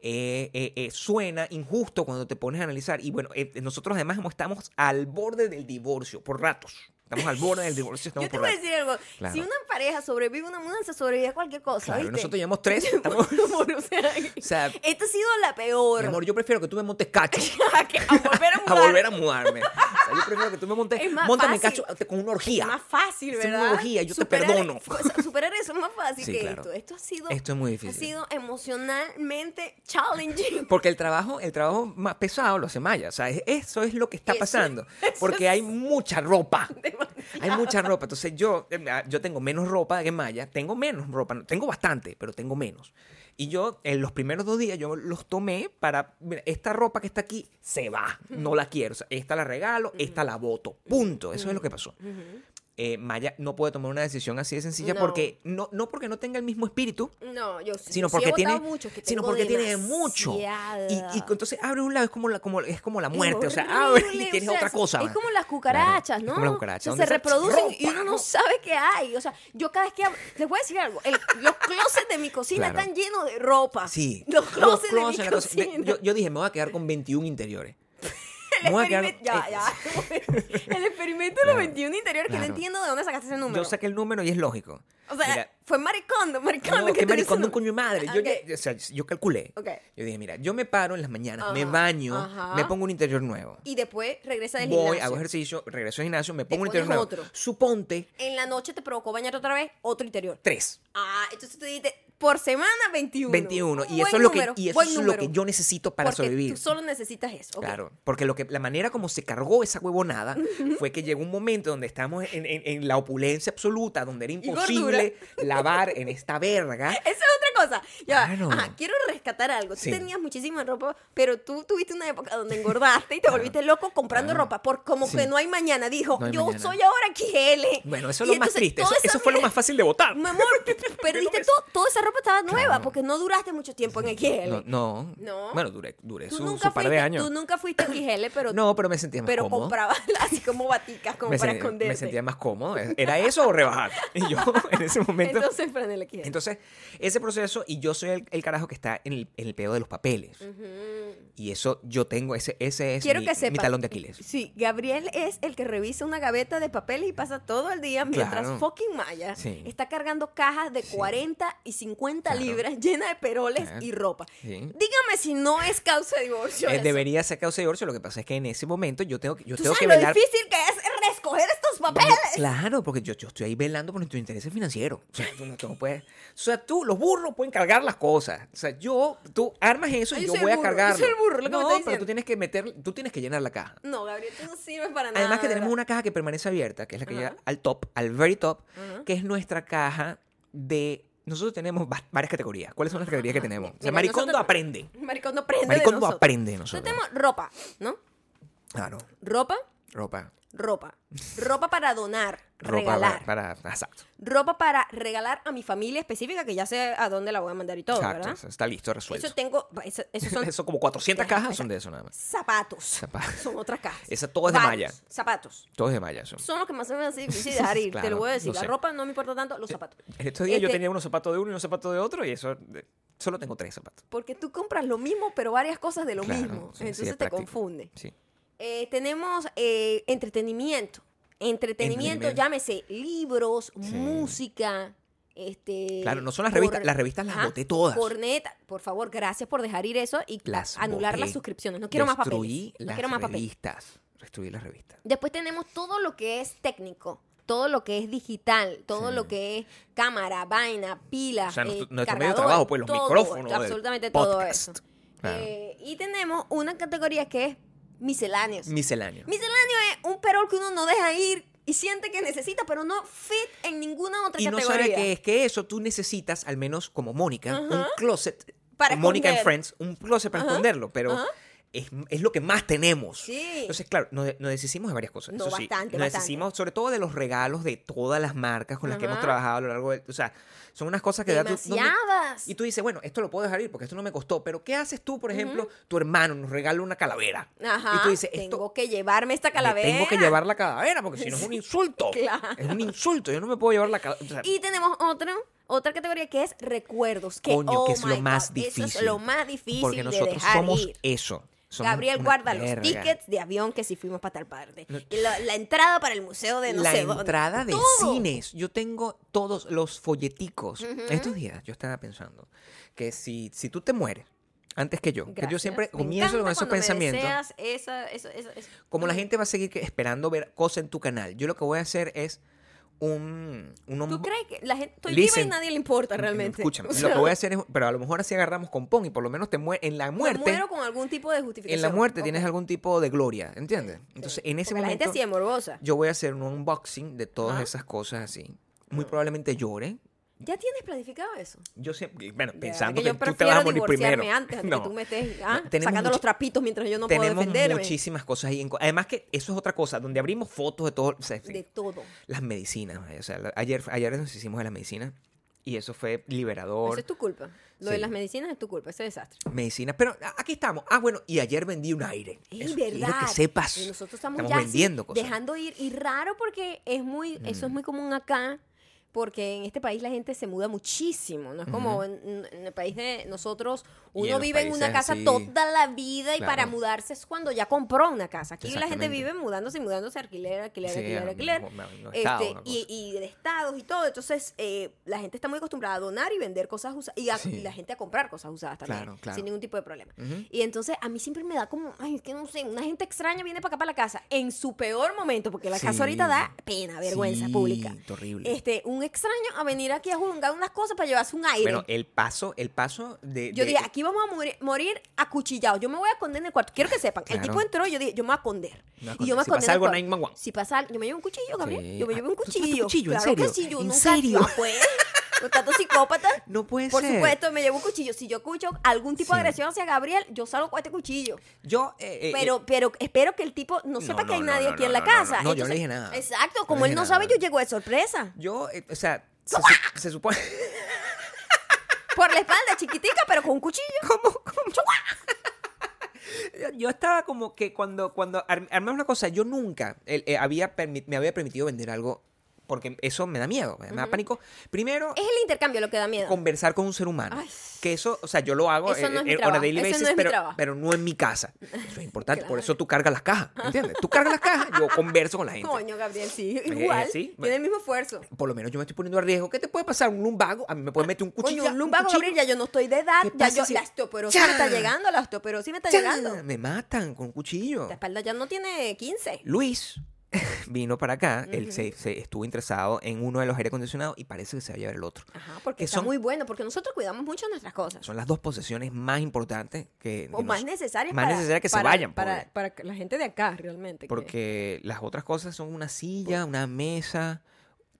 S2: eh, eh, eh, suena injusto cuando te pones a analizar. Y bueno, eh, nosotros además hemos- estamos al borde del divorcio, por ratos. Estamos al borde del divorcio, estamos
S1: Yo te
S2: por
S1: voy a
S2: ratos.
S1: decir algo.
S2: Claro.
S1: Si una pareja sobrevive a una mudanza, sobrevive a cualquier cosa.
S2: Claro,
S1: ¿viste?
S2: nosotros llevamos tres. Estamos,
S1: Amor, o sea,
S2: o sea,
S1: esta ha sido la peor.
S2: mi amor, yo prefiero que tú me montes cacho.
S1: a, que- a volver a
S2: a
S1: mudar.
S2: volver a mudarme. O sea, yo prefiero que tú me montes,
S1: Es más
S2: montame
S1: fácil.
S2: cacho con una orgía.
S1: más fácil,
S2: Hacemos
S1: ¿verdad?
S2: una orgía, yo te perdono.
S1: pues, Superar eso es más fácil
S2: Sí,
S1: que
S2: claro.
S1: esto. Esto ha sido,
S2: Esto es muy difícil.
S1: Ha sido emocionalmente challenging.
S2: Porque el trabajo, el trabajo más pesado lo hace Maya. O sea, es- eso es lo que está
S1: Eso-
S2: pasando.
S1: eso
S2: Porque hay mucha ropa.
S1: Demasiado.
S2: Hay mucha ropa. Entonces yo, eh, yo tengo menos ropa que Maya. Tengo menos ropa. No, Tengo bastante, pero tengo menos. Y yo, en los primeros dos días, yo los tomé para, mira, esta ropa que está aquí se va. No la quiero. O sea, esta la regalo, esta la voto. Punto. Eso es lo que pasó. Eh, Maya no puede tomar una decisión así de sencilla
S1: No.
S2: porque no, no porque no tenga el mismo espíritu,
S1: No, yo sí.
S2: sino
S1: yo sí he
S2: porque tiene
S1: votado mucho, que
S2: sino
S1: tengo
S2: porque tiene mucho y,
S1: demasiada.
S2: y entonces abre un lado es como la como es como la
S1: Es
S2: muerte o sea abre
S1: horrible,
S2: y
S1: o
S2: tienes
S1: sea,
S2: otra
S1: es-
S2: cosa
S1: Es
S2: man.
S1: como las cucarachas,
S2: Claro, es
S1: ¿no?
S2: como la cucaracha,
S1: O sea,
S2: ¿dónde
S1: se
S2: está tu
S1: reproducen y
S2: ropa,
S1: uno
S2: no?
S1: no sabe qué hay. O sea, yo cada vez que abro- les voy a decir algo, el- los closets de mi cocina
S2: Claro.
S1: están llenos de ropa.
S2: sí
S1: Los closets,
S2: closets,
S1: de mi
S2: la cosa- de-
S1: cocina.
S2: yo, yo dije me voy a quedar con 21 interiores
S1: El
S2: Me voy a quedar- eh,
S1: experimento, Este ya, ya. El experimento de los
S2: Claro,
S1: 21 interior que
S2: claro.
S1: no entiendo de dónde sacaste ese número.
S2: yo saqué el número y es lógico
S1: o sea,
S2: Mira,
S1: fue maricondo, maricondo.
S2: No,
S1: que
S2: qué
S1: te
S2: maricón,
S1: hizo-
S2: un coño de madre. Yo,
S1: Ok.
S2: yo- o sea, yo calculé.
S1: Ok.
S2: Yo dije, mira, yo me paro en las mañanas, me
S1: Ajá,
S2: baño,
S1: ajá.
S2: me pongo un interior nuevo.
S1: Y después regresa del
S2: Voy,
S1: gimnasio.
S2: hago ejercicio, regreso al gimnasio, me pongo un
S1: pones
S2: interior nuevo.
S1: otro.
S2: Suponte
S1: En la noche te provocó bañarte otra vez, otro interior.
S2: tres.
S1: Ah, entonces tú dijiste, por semana 21.
S2: 21.
S1: Un
S2: Y eso,
S1: buen
S2: es lo, que,
S1: número,
S2: y eso
S1: buen
S2: es lo
S1: número.
S2: que yo necesito para
S1: Porque
S2: sobrevivir.
S1: Tú solo necesitas eso. ok.
S2: Claro, porque lo que, la manera como se cargó esa huevonada fue que llegó un momento donde estábamos en, en- en la opulencia absoluta, donde era
S1: gordura.
S2: imposible lavar en esta verga.
S1: Esa es otra cosa. Ya, va.
S2: Claro.
S1: Ajá, quiero rescatar algo.
S2: Sí.
S1: Tú tenías muchísima ropa, pero tú tuviste una época donde engordaste y te volviste loco comprando
S2: Claro.
S1: ropa. Por como
S2: Sí.
S1: que no hay mañana. Dijo,
S2: No hay
S1: yo
S2: mañana.
S1: soy ahora XL.
S2: Bueno, eso es
S1: Y
S2: lo más
S1: entonces,
S2: triste. Eso,
S1: toda esa
S2: eso fue lo
S1: mierda-
S2: más fácil de votar.
S1: Mi amor, perdiste todo, toda esa ropa estaba nueva
S2: Claro.
S1: porque no duraste mucho tiempo en XL.
S2: No, no.
S1: No.
S2: Bueno, duré, duré
S1: tú,
S2: su,
S1: nunca
S2: su par
S1: fuiste,
S2: de años.
S1: tú nunca fuiste XL, pero,
S2: No, pero me sentía más
S1: pero
S2: cómodo.
S1: comprabas así como baticas, como
S2: me,
S1: para
S2: sentía, me
S1: esconderte.
S2: sentía más cómodo. ¿Era eso o rebajar? Y yo en ese momento...
S1: Entonces, Franel, XL.
S2: Entonces, ese proceso, y yo soy el, el carajo que está en el, en el pedo de los papeles. Y eso, yo tengo, ese, ese es
S1: Quiero
S2: mi,
S1: que sepas.
S2: mi talón de Aquiles.
S1: Sí, Gabriel es el que revisa una gaveta de papeles y pasa todo el día mientras
S2: Claro.
S1: fucking Maya
S2: Sí.
S1: está cargando cajas de 40 y 50
S2: Claro.
S1: libras llenas de peroles
S2: Claro.
S1: y ropa.
S2: Sí.
S1: Dígame si no es causa de divorcio.
S2: Eh,
S1: eso.
S2: debería ser causa de divorcio. Lo que pasa es que en ese momento yo tengo que, yo
S1: ¿Tú
S2: tengo
S1: sabes
S2: que
S1: lo
S2: velar.
S1: difícil que es escoger estos papeles?
S2: Claro, porque yo, yo estoy ahí velando por nuestros intereses financieros. O sea, tú no, tú no puedes. O sea, tú, los burros pueden cargar las cosas. O sea, yo, tú armas eso y
S1: Ay, yo soy
S2: yo,
S1: el
S2: voy a
S1: burro, yo
S2: cargarlo.
S1: soy el burro, lo que me
S2: no,
S1: estás
S2: pero tú
S1: diciendo.
S2: tienes que meter, tú tienes que llenar la caja.
S1: No, Gabriel, tú no sirves para nada.
S2: Además que tenemos
S1: Ah, ¿verdad?
S2: una caja que permanece abierta, que es la que llega
S1: Ajá.
S2: al top, al very top,
S1: Ajá.
S2: que es nuestra caja de... Nosotros tenemos va- varias categorías. ¿Cuáles son las categorías que tenemos? o sea,
S1: Ah, Mira,
S2: Maricondo
S1: nosotros-
S2: aprende.
S1: Maricondo aprende. de
S2: Maricondo
S1: nosotros.
S2: aprende de
S1: Nosotros
S2: nosotros.
S1: tenemos ropa, ¿no?
S2: Claro,
S1: Ropa,
S2: ropa.
S1: ropa. Ropa para donar,
S2: Ropa
S1: regalar.
S2: para, para- Exacto.
S1: ropa para regalar a mi familia específica, que ya sé a dónde la voy a mandar y todo,
S2: exacto.
S1: ¿verdad?
S2: eso Está listo, resuelto.
S1: Eso
S2: Eso,
S1: tengo, eso, esos son
S2: como 400
S1: Ajá,
S2: cajas son de eso nada más.
S1: zapatos.
S2: Zapa-
S1: Son otras cajas.
S2: Esa todo es de
S1: Varios
S2: malla.
S1: Zapatos.
S2: Todo es de malla. Son.
S1: Son los que más se me hace difícil dejar ir, te
S2: Claro,
S1: lo voy a decir.
S2: lo
S1: la
S2: sé.
S1: ropa no me importa tanto, los zapatos.
S2: En estos días yo
S1: Este-
S2: tenía unos zapatos de uno y unos zapatos de otro y eso... de- Solo tengo tres zapatos.
S1: Porque tú compras lo mismo, pero varias cosas de lo
S2: Claro,
S1: mismo.
S2: sí, sí, es
S1: Entonces te
S2: práctico.
S1: confunde.
S2: Sí.
S1: Eh, tenemos eh, entretenimiento. entretenimiento,
S2: Entretenimiento.
S1: llámese libros,
S2: Sí.
S1: música, este...
S2: Claro, no son las revistas, las revistas las boté todas.
S1: Por neta, por favor, gracias por dejar ir eso y
S2: Las
S1: a- anular
S2: boté.
S1: las suscripciones. No quiero más
S2: Destruí
S1: papeles. No
S2: las
S1: quiero más papeles.
S2: revistas. Destruí las revistas.
S1: Después tenemos todo lo que es técnico, todo lo que es digital, todo
S2: Sí.
S1: lo que es cámara, vaina, pila,
S2: O sea, nuestro,
S1: eh,
S2: nuestro medio de
S1: cargador,
S2: trabajo, pues los
S1: todo,
S2: micrófonos. del
S1: absolutamente todo
S2: podcast.
S1: eso.
S2: Claro.
S1: Eh, y tenemos una categoría que es misceláneos.
S2: Misceláneo.
S1: Misceláneo es un perol que uno no deja ir y siente que necesita, pero no fit en ninguna otra
S2: y no
S1: categoría.
S2: sabe que es que eso tú necesitas, al menos como Mónica, un
S1: Ajá.
S2: closet.
S1: Para
S2: Mónica and
S1: esconder.
S2: Friends, un closet para
S1: Ajá.
S2: esconderlo, pero
S1: Ajá.
S2: es, es lo que más tenemos.
S1: Sí.
S2: Entonces, claro, nos, de- nos deshicimos de varias cosas.
S1: No,
S2: eso sí.
S1: bastante,
S2: Nos
S1: bastante.
S2: deshicimos sobre todo de los regalos de todas las marcas con las que hemos
S1: Ajá.
S2: trabajado a lo largo de. O sea, son unas cosas que de verdad tú- no me-
S1: Demasiadas.
S2: y tú dices, bueno, esto lo puedo dejar ir porque esto no me costó. Pero, ¿qué haces tú, por ejemplo? Tu hermano nos regala una calavera.
S1: Ajá.
S2: Y tú dices, esto,
S1: tengo que llevarme esta
S2: me
S1: calavera.
S2: Tengo que llevar la calavera porque si no es un insulto.
S1: claro.
S2: Es un insulto. Yo no me puedo llevar la calavera.
S1: Y tenemos otra, otra categoría que es recuerdos. Que,
S2: Coño,
S1: oh
S2: que es lo
S1: my
S2: más
S1: God,
S2: difícil.
S1: Eso es lo más difícil
S2: porque
S1: de
S2: nosotros
S1: dejar
S2: somos
S1: ir.
S2: eso. Somos
S1: Gabriel
S2: una
S1: guarda
S2: verga.
S1: los tickets de avión que si fuimos para tal parte.
S2: No-
S1: Y La, la entrada para el museo de no
S2: la
S1: sé dónde.
S2: entrada de
S1: Todo.
S2: cines. Yo tengo todos los folleticos. Estos días yo estaba pensando que si, si tú te mueres antes que yo, que yo
S1: Gracias.
S2: siempre
S1: Me
S2: comienzo con
S1: encanta
S2: esos
S1: cuando me
S2: pensamientos.
S1: deseas esa- eso- eso- eso.
S2: Como la gente va a seguir que- esperando ver cosas en tu canal, yo lo que voy a hacer es un... un
S1: ¿Tú
S2: hom-
S1: crees que la gente estoy viva y
S2: Listen.
S1: nadie le importa realmente?
S2: Escúchame,
S1: O sea,
S2: lo que voy a hacer es... Pero a lo mejor así agarramos compón y por lo menos te mue- en la
S1: me
S2: muerte...
S1: muero con algún tipo de justificación.
S2: en la muerte
S1: Ok.
S2: tienes algún tipo de gloria, ¿entiendes? Entonces, en ese
S1: Porque la gente
S2: momento
S1: así es morbosa.
S2: yo voy a hacer un unboxing de todas
S1: Ajá.
S2: esas cosas así. Muy probablemente llore.
S1: ¿Ya tienes planificado eso?
S2: Yo siempre, bueno,
S1: De
S2: pensando que,
S1: verdad
S2: tú te
S1: yo
S2: vas
S1: prefiero
S2: a morir
S1: divorciarme
S2: primero.
S1: antes, antes
S2: No.
S1: que tú me estés ah,
S2: No, tenemos
S1: sacando
S2: muchi-
S1: los trapitos mientras yo no puedo
S2: tenemos
S1: defenderme.
S2: muchísimas cosas ahí. en co- Además que eso es otra cosa, donde abrimos fotos de todo, o sea,
S1: De todo.
S2: las medicinas. O sea, la- ayer, ayer nos hicimos de las medicinas y eso fue liberador.
S1: Eso es tu culpa. Lo de
S2: Sí.
S1: las medicinas es tu culpa, ese desastre.
S2: Medicinas, pero a- aquí estamos. Ah, bueno, y ayer vendí un aire.
S1: Es
S2: Eso,
S1: verdad.
S2: Quiero que sepas.
S1: Y nosotros estamos,
S2: Estamos
S1: ya así,
S2: vendiendo cosas. Mm.
S1: dejando ir. Y raro porque es muy, eso es muy común acá, porque en este país la gente se muda muchísimo. No es como en, en el país de nosotros,
S2: Y
S1: uno
S2: en los
S1: vive en una
S2: países
S1: casa
S2: así.
S1: toda la vida y para
S2: Claro.
S1: mudarse es cuando ya compró una casa. Aquí la gente
S2: Exactamente.
S1: vive mudándose y mudándose alquiler, alquiler,
S2: Sí,
S1: alquiler,
S2: a-
S1: alquiler.
S2: a- a- a- a-
S1: Este,
S2: estado, una
S1: y,
S2: cosa.
S1: y de estados y todo. Entonces, eh, la gente está muy acostumbrada a donar y vender cosas usadas. Y, a-
S2: Sí.
S1: y la gente a comprar cosas usadas también.
S2: Claro, claro.
S1: Sin ningún tipo de problema.
S2: Ujú.
S1: Y entonces a mí siempre me da como, ay, es que no sé, una gente extraña viene para acá, para la casa, en su peor momento, porque la
S2: Sí.
S1: casa ahorita da pena, vergüenza
S2: Sí,
S1: pública.
S2: Horrible.
S1: Este, un extraño a venir aquí a juzgar unas cosas para llevarse un aire.
S2: Bueno, el paso, el paso de.
S1: yo
S2: de- eh
S1: dije, aquí vamos a morir, morir acuchillados. Yo me voy a esconder en el cuarto. Quiero que sepan.
S2: Claro.
S1: El tipo entró y yo dije, yo me voy a esconder.
S2: Me voy a
S1: Y yo me
S2: esconder. Si pasa
S1: escondí en el
S2: algo,
S1: cuarto.
S2: 911.
S1: Si pasa algo, yo me llevo un cuchillo, Gabriel.
S2: Sí.
S1: Yo me llevo un
S2: Ah, ¿tú te llevaste
S1: cuchillo.
S2: cuchillo? ¿En
S1: claro que
S2: serio?
S1: sí, yo
S2: ¿En
S1: nunca-
S2: serio?
S1: Ah, pues. Con tanto psicópata.
S2: No puede
S1: Por
S2: ser.
S1: supuesto, me llevo un cuchillo. Si yo escucho algún tipo
S2: Sí.
S1: de agresión hacia Gabriel, yo salgo con este cuchillo.
S2: Yo. eh, eh,
S1: Pero, pero espero que el tipo no
S2: No,
S1: sepa que hay
S2: no,
S1: nadie
S2: no,
S1: aquí en
S2: no,
S1: la
S2: no, no,
S1: casa.
S2: no, yo no le dije nada.
S1: Exacto,
S2: No
S1: como
S2: le
S1: él no
S2: dije nada.
S1: sabe, yo llego de sorpresa.
S2: Yo, eh, o sea, se, su- se supone.
S1: Por la espalda, chiquitica, pero con un cuchillo.
S2: ¿Cómo? ¿Cómo? Yo estaba como que cuando, cuando ar- armé una cosa, yo nunca el- eh, había permi- me había permitido vender algo porque eso me da miedo, me da pánico. Primero,
S1: Es el intercambio lo que da miedo.
S2: conversar con un ser humano.
S1: Ay.
S2: Que eso, o sea, yo lo hago
S1: Eso
S2: eh,
S1: no es mi
S2: eh, on a
S1: trabajo,
S2: daily
S1: eso no
S2: basis,
S1: es mi
S2: pero,
S1: trabajo.
S2: pero no en mi casa. Eso es importante, por
S1: Claro.
S2: eso tú cargas las cajas, ¿entiendes? Tú cargas las cajas, yo converso con la gente.
S1: Coño, Gabriel, sí. Igual.
S2: eh, sí, bueno.
S1: Tiene el mismo esfuerzo.
S2: Por lo menos yo me estoy poniendo a riesgo. ¿Qué te puede pasar? Un lumbago. A mí me puede meter un cuchillo.
S1: Coño, un lumbago,
S2: cuchillo.
S1: Gabriel, ya yo no estoy de edad.
S2: ¿Qué
S1: Ya
S2: pasa
S1: yo,
S2: si-
S1: la osteoporosis me está
S2: ¡Chan!
S1: llegando, la osteoporosis me está
S2: ¡Chan!
S1: llegando.
S2: Me matan con un cuchillo.
S1: La espalda ya no tiene 15.
S2: Luis vino para acá. Él se, se estuvo interesado en uno de los aire acondicionados y parece que se va a llevar el otro.
S1: Ajá, porque
S2: Que
S1: está
S2: son-
S1: muy bueno, porque nosotros cuidamos mucho nuestras cosas.
S2: Son las dos posesiones más importantes que.
S1: o
S2: que
S1: más
S2: nos-
S1: necesarias
S2: Más
S1: para-
S2: necesarias que se
S1: para-
S2: vayan.
S1: para,
S2: pobre.
S1: para la gente de acá realmente que-
S2: Porque las otras cosas son una silla, una mesa,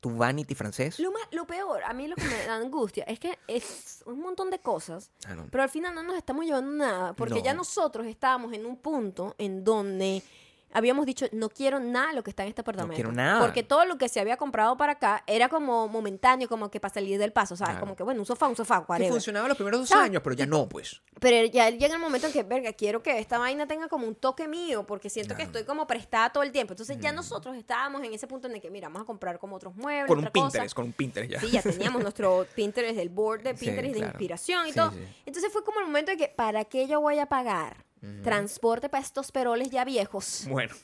S2: tu vanity francés.
S1: Lo, más, lo peor, a mí lo que me da angustia es que es un montón de cosas,
S2: Ah, no.
S1: pero al final no nos estamos llevando nada, porque
S2: No.
S1: ya nosotros estábamos en un punto en donde habíamos dicho, no quiero nada de lo que está en este apartamento.
S2: quiero nada.
S1: Porque todo lo que se había comprado para acá era como momentáneo, como que para salir del paso, ¿sabes?
S2: Claro.
S1: Como que, bueno, un sofá, un sofá,
S2: Que
S1: whatever.
S2: funcionaba los primeros dos
S1: ¿Sabes?
S2: años, pero ya no, pues.
S1: Pero ya llega el momento en que, verga, quiero que esta vaina tenga como un toque mío, porque siento que
S2: Claro.
S1: estoy como prestada todo el tiempo. Entonces ya nosotros estábamos en ese punto en el que, mira, vamos a comprar como otros muebles,
S2: Con un
S1: otra cosa.
S2: Pinterest, con un Pinterest ya.
S1: Sí, ya teníamos nuestro Pinterest del board de
S2: Sí,
S1: Pinterest de
S2: claro.
S1: inspiración y
S2: Sí,
S1: todo.
S2: sí.
S1: Entonces fue como el momento de que, ¿para qué yo voy a pagar transporte para estos peroles ya viejos?
S2: Bueno,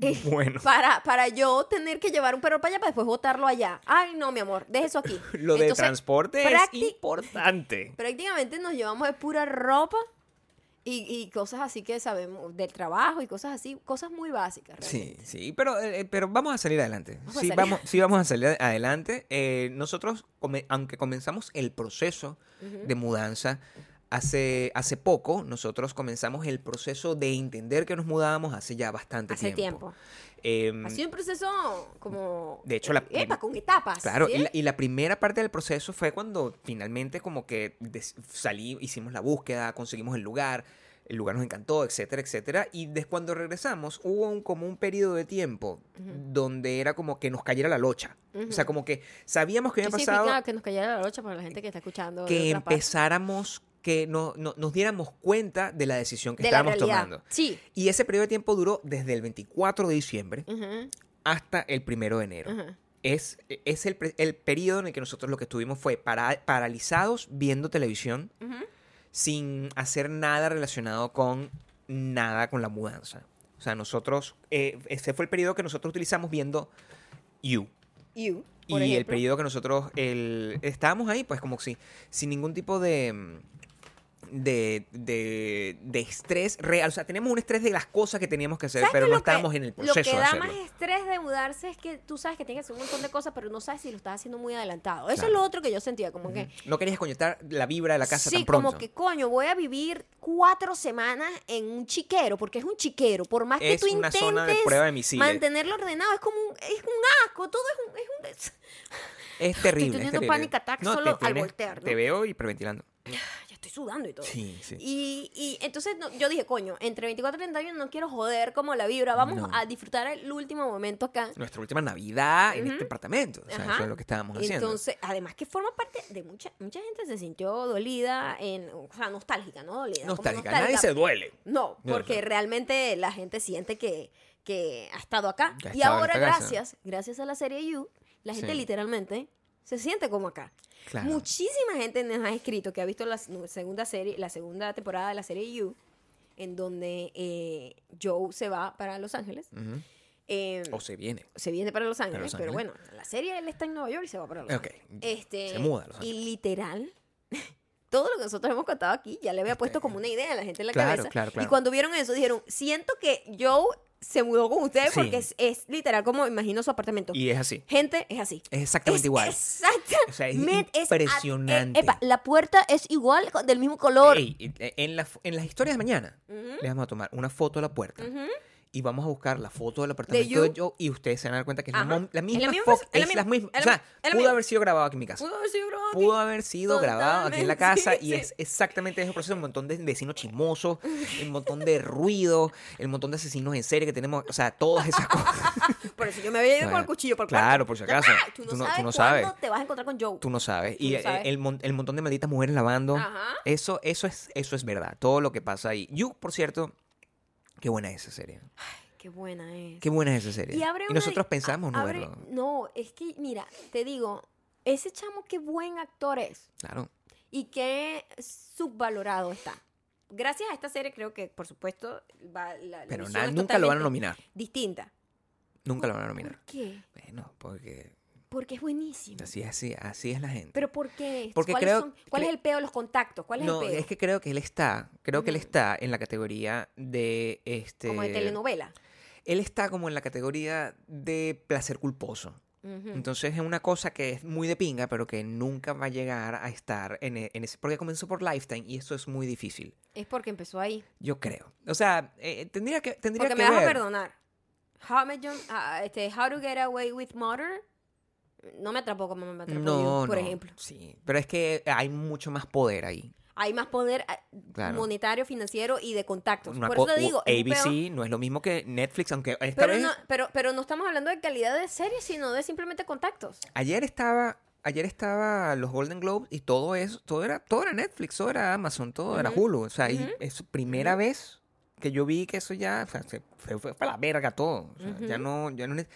S1: Eh,
S2: Bueno.
S1: Para, para yo tener que llevar un perro para allá para después botarlo allá. Ay, no, mi amor, deje eso aquí.
S2: Lo de
S1: Entonces,
S2: transporte
S1: prácti-
S2: es importante.
S1: Prácticamente nos llevamos de pura ropa y, y cosas así que sabemos, del trabajo y cosas así, cosas muy básicas.
S2: Sí, sí, pero, eh, pero vamos a salir adelante.
S1: Vamos a
S2: sí,
S1: salir.
S2: Vamos, sí, vamos a salir adelante. Eh, nosotros, come- aunque comenzamos el proceso de mudanza hace, hace poco, nosotros comenzamos el proceso de entender que nos mudábamos hace ya bastante
S1: Hace tiempo.
S2: Em,
S1: Ha sido un proceso como...
S2: De hecho, la-
S1: Epa, con etapas.
S2: Claro,
S1: ¿sí?
S2: y, la, y la primera parte del proceso fue cuando finalmente como que des- salí, hicimos la búsqueda, conseguimos el lugar, el lugar nos encantó, etcétera, etcétera. Y desde cuando regresamos hubo un, como un periodo de tiempo donde era como que nos cayera la locha. O sea, como que sabíamos que había
S1: Yo sí
S2: pasado
S1: explicaba que nos cayera la locha para la gente que está escuchando. de
S2: que
S1: otra parte.
S2: empezáramos, que no, no- nos diéramos cuenta de la decisión que
S1: De la
S2: estábamos
S1: realidad.
S2: tomando.
S1: Sí.
S2: Y ese periodo de tiempo duró desde el 24 de diciembre
S1: Ujú,
S2: hasta el primero de enero.
S1: ujú.
S2: Es, es el, pre- el periodo en el que nosotros lo que estuvimos fue para- paralizados viendo televisión
S1: Ujú.
S2: sin hacer nada relacionado con nada con la mudanza. O sea, nosotros, eh, ese fue el periodo que nosotros utilizamos viendo You.
S1: You,
S2: Y
S1: por
S2: el
S1: ejemplo.
S2: periodo que nosotros el, estábamos ahí, pues como si sin ningún tipo de, mm, de, de, de estrés real. O sea, tenemos un estrés de las cosas que teníamos que hacer,
S1: ¿Sabes
S2: pero
S1: qué
S2: no
S1: es lo que-
S2: estábamos en el proceso
S1: Lo que
S2: de
S1: da
S2: hacerlo.
S1: más estrés de mudarse es que tú sabes que tienes que hacer un montón de cosas, pero no sabes si lo estás haciendo muy adelantado. Eso
S2: Claro.
S1: es lo otro que yo sentía, como que...
S2: No querías conectar la vibra de la casa
S1: sí,
S2: tan pronto.
S1: como que coño, voy a vivir cuatro semanas en un chiquero, porque es un chiquero. Por más que
S2: Es
S1: tú
S2: una
S1: intentes
S2: zona de prueba de eh. misiles.
S1: mantenerlo ordenado, es como un, es un asco, todo es un... Es un
S2: Es terrible. es
S1: teniendo
S2: terrible.
S1: panic attack solo al voltear, ¿no?
S2: Te veo hiperventilando.
S1: "Ah, ya estoy sudando y todo.
S2: Sí, sí.
S1: Y, y entonces no- yo dije, coño, entre 24 y 31 no quiero joder como la vibra, vamos
S2: No.
S1: a disfrutar el último momento acá.
S2: Nuestra última Navidad en este apartamento. O sea,
S1: Ajá.
S2: eso es lo que estábamos haciendo.
S1: Entonces, además que forma parte de mucha mucha gente se sintió dolida, en, o sea, nostálgica, no dolida. como
S2: nostálgica. Nadie se duele.
S1: No,
S2: Ya,
S1: porque
S2: ya.
S1: realmente la gente siente que, que ha estado acá.
S2: Que ha
S1: y
S2: estado en
S1: ahora,
S2: esta casa.
S1: gracias, gracias a la serie You, la gente
S2: Sí.
S1: literalmente se siente como acá.
S2: Claro.
S1: Muchísima gente nos ha escrito que ha visto la s- segunda serie, la segunda temporada de la serie You, en donde eh, Joe se va para Los Ángeles.
S2: Ujú.
S1: Eh,
S2: O se viene.
S1: se viene para Los Ángeles,
S2: Los
S1: pero
S2: Ángeles.
S1: bueno, en la serie él está en Nueva York y se va para Los
S2: Ok.
S1: Ángeles. Este,
S2: Se muda a Los Ángeles.
S1: Y literal, todo lo que nosotros hemos contado aquí ya le había puesto como una idea a la gente en la
S2: Claro,
S1: cabeza.
S2: claro, claro.
S1: Y cuando vieron eso, dijeron, siento que Joe se mudó con ustedes
S2: Sí.
S1: porque es, es literal como imagino su apartamento.
S2: Y es así.
S1: Gente, es así.
S2: Es exactamente igual.
S1: Exactamente.
S2: O sea, es
S1: es a-
S2: impresionante.
S1: eh, epa, la puerta es igual, con- del mismo color.
S2: Ey, eh, en, la, en las historias de mañana le vamos a tomar una foto a la puerta. Y vamos a buscar la foto del apartamento
S1: you.
S2: de, Joe y ustedes se van a dar cuenta que es la,
S1: Ajá.
S2: mom- la
S1: Es la
S2: misma
S1: misma
S2: fuck-
S1: persona, es la
S2: es la
S1: misma-
S2: misma. O
S1: es la
S2: sea,
S1: mi- es la
S2: pudo
S1: misma.
S2: haber sido grabado aquí en mi casa.
S1: Pudo haber sido grabado aquí.
S2: pudo haber sido grabado aquí en la casa
S1: Totalmente,
S2: y es exactamente eso proceso, un montón de vecinos chismosos, un montón de ruido, el montón de asesinos en serie que tenemos, o sea, todas esas cosas.
S1: Por eso yo me había ido con el cuchillo por el cuarto.
S2: Claro, por si acaso.
S1: Ah, Tú no, sabes cuándo te vas a encontrar con Joe.
S2: Tú no sabes.
S1: Tú
S2: y
S1: no
S2: eh,
S1: sabes.
S2: El, mon- el montón de malditas mujeres lavando.
S1: Ajá.
S2: Eso, eso es, eso es verdad. Todo lo que pasa ahí. You, por cierto, qué buena es esa serie.
S1: Qué buena es.
S2: Qué buena es esa serie.
S1: Y, abre una
S2: nosotros
S1: di-
S2: pensamos no
S1: abre-
S2: verlo.
S1: No, es que, mira, te digo, ese chamo qué buen actor es
S2: Claro.
S1: y qué subvalorado está. Gracias a esta serie creo que, por supuesto, va la, la
S2: Pero
S1: visión
S2: nada,
S1: es
S2: nunca lo van a
S1: totalmente
S2: nominar.
S1: Distinta.
S2: Nunca lo van a
S1: ¿Por
S2: nominar.
S1: qué?
S2: Bueno, porque
S1: Porque es buenísimo.
S2: así, es- así, así es la gente.
S1: Pero ¿por qué?
S2: Porque
S1: ¿Cuáles
S2: creo-
S1: son- ¿Cuál es
S2: cre-
S1: el peo de los contactos? ¿Cuál es
S2: no,
S1: el peo?
S2: es que creo que él está, creo que él
S1: Ujú.
S2: está en la categoría de este
S1: Como de telenovela.
S2: Él está como en la categoría de placer culposo.
S1: Ujú.
S2: Entonces es una cosa que es muy de pinga, pero que nunca va a llegar a estar en, e- en ese. Porque comenzó por Lifetime y eso es muy difícil.
S1: Es porque empezó ahí.
S2: Yo creo. O sea, eh, tendría que. Tendría
S1: Porque
S2: que
S1: me vas a
S2: ver.
S1: perdonar. How, I Met Your- ah, este, How to Get Away with Murder no me atrapó como me atrapó
S2: No,
S1: You, por
S2: no,
S1: ejemplo.
S2: Sí. Pero es que hay mucho más poder ahí.
S1: Hay más poder ah,
S2: Claro.
S1: monetario, financiero y de contactos.
S2: Una
S1: por
S2: co-
S1: eso te digo, es un
S2: ABC
S1: pedo.
S2: no es lo mismo que Netflix, aunque esta
S1: Pero
S2: vez.
S1: no, pero, pero no estamos hablando de calidad de serie, sino de simplemente contactos.
S2: Ayer estaba, ayer estaba los Golden Globes y todo eso, todo era, todo era Netflix, todo era Amazon, todo era Hulu. O sea, y es primera vez que yo vi que eso ya o sea, se fue, fue para la verga todo. O sea, Ya no, ya no. es-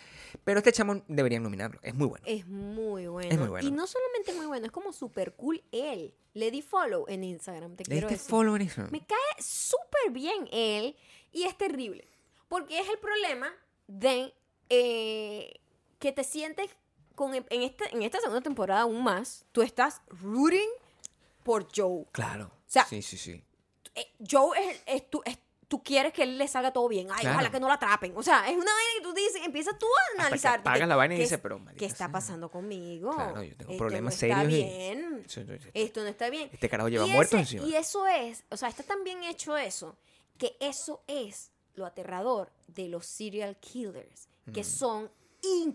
S2: Pero este chamo deberían nominarlo. Es muy bueno.
S1: Es muy bueno.
S2: Es muy bueno.
S1: Y no solamente es muy bueno, es como super cool él. Le di follow en Instagram, te
S2: Le
S1: quiero
S2: diste
S1: decir.
S2: follow en eso.
S1: Me cae súper bien él y es terrible. Porque es el problema de eh, que te sientes con, en, este- en esta segunda temporada aún más, tú estás rooting por Joe.
S2: Claro.
S1: sea,
S2: sí, sí, sí.
S1: Eh, Joe es, es tú, es- tú quieres que él le salga todo bien. Ay,
S2: Claro.
S1: ojalá que no la atrapen. O sea, es una vaina que tú dices, empiezas tú a
S2: que
S1: analizar.
S2: apagas la vaina y
S1: ¿qué-
S2: dices, pero, maldita
S1: ¿Qué está
S2: sea.
S1: pasando conmigo?
S2: Claro, yo tengo
S1: Esto
S2: problemas
S1: eh, no Está
S2: serios y-
S1: bien.
S2: Sí, sí, sí.
S1: Esto no está bien.
S2: Este carajo lleva
S1: Y
S2: muertos
S1: ese-
S2: encima.
S1: Y e eso es, o sea, está tan bien hecho eso, que eso es lo aterrador de los serial killers, que
S2: Mm.
S1: son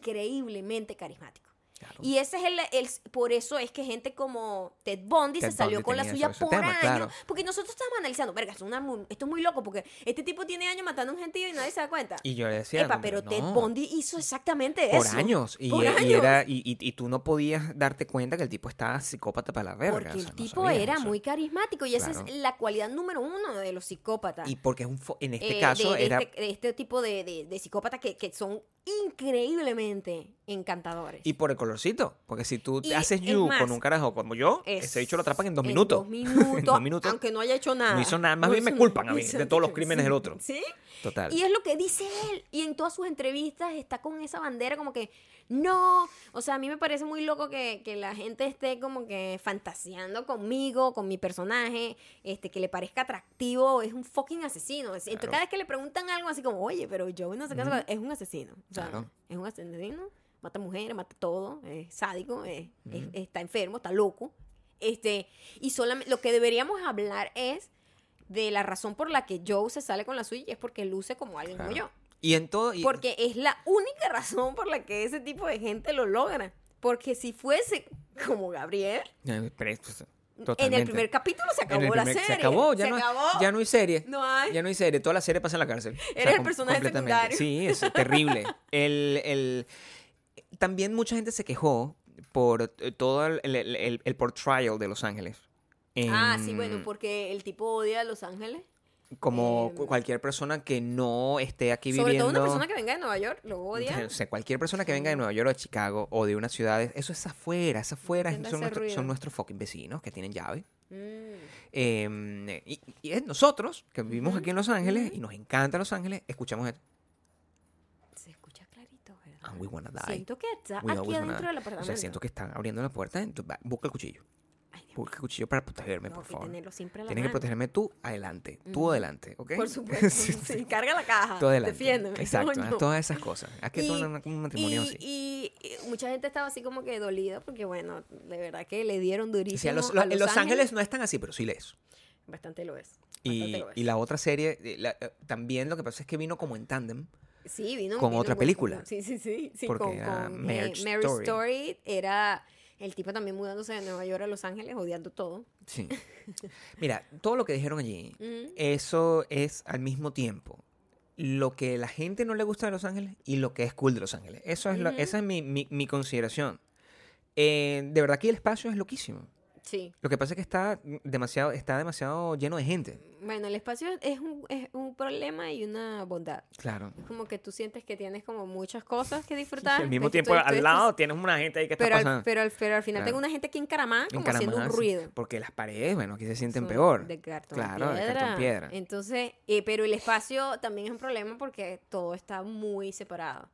S1: increíblemente carismáticos.
S2: Claro.
S1: Y ese es el, el- por eso es que gente como Ted Bundy
S2: Ted
S1: se salió
S2: Bundy
S1: con la
S2: tenía
S1: suya
S2: ese- ese
S1: por
S2: tema,
S1: año,
S2: claro.
S1: porque nosotros estamos analizando, verga, esto es, una mu- esto es muy loco porque este tipo tiene años matando a un gentío y nadie se da cuenta.
S2: Y yo le decía,
S1: Epa,
S2: no,
S1: pero
S2: no,
S1: Ted Bundy hizo exactamente
S2: por
S1: eso.
S2: años y, e,
S1: Por
S2: y
S1: años.
S2: era y, y- y tú no podías darte cuenta que el tipo estaba psicópata para la verga
S1: Porque
S2: o sea,
S1: el
S2: no
S1: tipo
S2: sabías
S1: era
S2: eso.
S1: muy carismático y esa es
S2: Claro.
S1: la cualidad número uno de los psicópatas.
S2: y porque es un fo- en
S1: eh,
S2: este
S1: de-
S2: caso
S1: de,
S2: era
S1: este, de este tipo de, de- de psicópatas que, que son increíblemente encantadores.
S2: y por el colorcito porque si tú te
S1: Y,
S2: haces
S1: es
S2: you
S1: más,
S2: con un carajo como yo
S1: Es-
S2: ese bicho lo atrapan en dos
S1: en
S2: minutos
S1: dos minutos,
S2: En dos minutos.
S1: aunque no haya hecho nada.
S2: No hizo nada, más bien me
S1: hizo
S2: culpan
S1: nada.
S2: a mí
S1: Hizo-
S2: de todos los crímenes del otro.
S1: ¿Sí?
S2: total
S1: Y es lo que dice él. Y en todas sus entrevistas está con esa bandera como que, no, o sea, a mí me parece muy loco que, que la gente esté como que fantaseando conmigo, con mi personaje, este, que le parezca atractivo, es un fucking asesino. Es- Entonces,
S2: Claro.
S1: cada vez que le preguntan algo así como, oye, pero yo no sé qué, es un asesino. O sea,
S2: Claro.
S1: es un asesino, mata mujeres, mata todo, es sádico, es- es- está enfermo, está loco. Este, y solamente lo que deberíamos hablar es de la razón por la que Joe se sale con la suya y es porque luce como alguien
S2: Claro.
S1: como yo.
S2: Y en todo y-
S1: Porque es la única razón por la que ese tipo de gente lo logra. Porque si fuese como Gabriel,
S2: Eh, pero es- pues,
S1: en el
S2: totalmente.
S1: primer capítulo se
S2: En el
S1: acabó la
S2: primer-
S1: serie.
S2: se acabó ya
S1: Se
S2: no
S1: acabó.
S2: ya no hay serie
S1: No hay.
S2: Ya no hay serie, toda la serie pasa en la cárcel.
S1: Eres el
S2: com-
S1: personaje
S2: completamente.
S1: secundario.
S2: Sí, es terrible. El, el- También mucha gente se quejó por eh, todo el, el, el- el portrayal de Los Ángeles. En-
S1: Ah, sí, bueno, porque el tipo odia a Los Ángeles.
S2: Como
S1: em,
S2: cu- cualquier persona que no esté aquí
S1: Sobre
S2: viviendo...
S1: todo una persona que venga de Nueva York lo odia.
S2: O sea, cualquier persona que venga de Nueva York o de Chicago o de unas ciudades, eso es afuera, es afuera,
S1: Entiendo
S2: son,
S1: ese
S2: nuestros-
S1: ruido.
S2: son nuestros fucking vecinos que tienen llave.
S1: Mm.
S2: Eh, y, y es nosotros, que vivimos
S1: Ujú,
S2: aquí en Los Ángeles
S1: ujú.
S2: y nos encanta Los Ángeles, escuchamos esto.
S1: Se escucha clarito, ¿verdad?
S2: And we wanna die.
S1: Siento que está aquí
S2: We always wanna
S1: adentro
S2: die.
S1: del
S2: pues, O
S1: apartamento.
S2: sea, siento que están abriendo la puerta. entonces va, busca el cuchillo.
S1: Ay, Dios mío,
S2: Busca el cuchillo para protegerme,
S1: tengo
S2: por
S1: que
S2: favor. Tienes
S1: tenerlo siempre a la
S2: que
S1: mano.
S2: protegerme tú adelante. Tú adelante, ¿ok?
S1: Por supuesto.
S2: Sí,
S1: sí,
S2: sí.
S1: Carga la caja.
S2: Tú adelante.
S1: Defiéndeme.
S2: Exacto.
S1: coño.
S2: haz Todas esas cosas. Haz que
S1: Y-
S2: tú una- un matrimonio
S1: y,
S2: así.
S1: y- y mucha gente estaba así como que dolida porque, bueno, de verdad que le dieron
S2: O
S1: durísimo.
S2: sea, los,
S1: a
S2: en Los Ángeles no es tan así, pero sí lees.
S1: Bastante lo es. bastante
S2: Y,
S1: lo es.
S2: y la otra serie, eh, la- eh, también lo que pasa es que vino como en tándem.
S1: Sí, vino
S2: con
S1: vino
S2: otra
S1: buen-
S2: película.
S1: Sí, sí, sí. sí
S2: Porque
S1: con,
S2: era
S1: con, eh,
S2: Marriage
S1: Marriage
S2: Story.
S1: Story. Era el tipo también mudándose de Nueva York a Los Ángeles, odiando todo.
S2: Sí. Mira, todo lo que dijeron allí,
S1: Ujú.
S2: eso es al mismo tiempo lo que la gente no le gusta de Los Ángeles y lo que es cool de Los Ángeles. Eso es lo-
S1: Ujú.
S2: esa es mi, mi- mi consideración. Eh, de verdad que el espacio es loquísimo.
S1: Sí.
S2: Lo que pasa es que está demasiado, está demasiado lleno de gente.
S1: Bueno, el espacio es un, es un problema y una bondad.
S2: Claro.
S1: Es como que tú sientes que tienes como muchas cosas que disfrutar.
S2: al mismo
S1: pues, tú-
S2: tiempo,
S1: tú
S2: al
S1: estás-
S2: lado tienes una gente ahí que está
S1: Pero al,
S2: pasando.
S1: pero, al, pero al final
S2: Claro.
S1: tengo una gente aquí encaramada como haciendo un
S2: encaramada, sí,
S1: ruido.
S2: Porque las paredes, bueno, aquí se sienten
S1: Son
S2: peor.
S1: De cartón
S2: Claro, de
S1: piedra.
S2: cartón piedra.
S1: Entonces, eh, pero el espacio también es un problema porque todo está muy separado.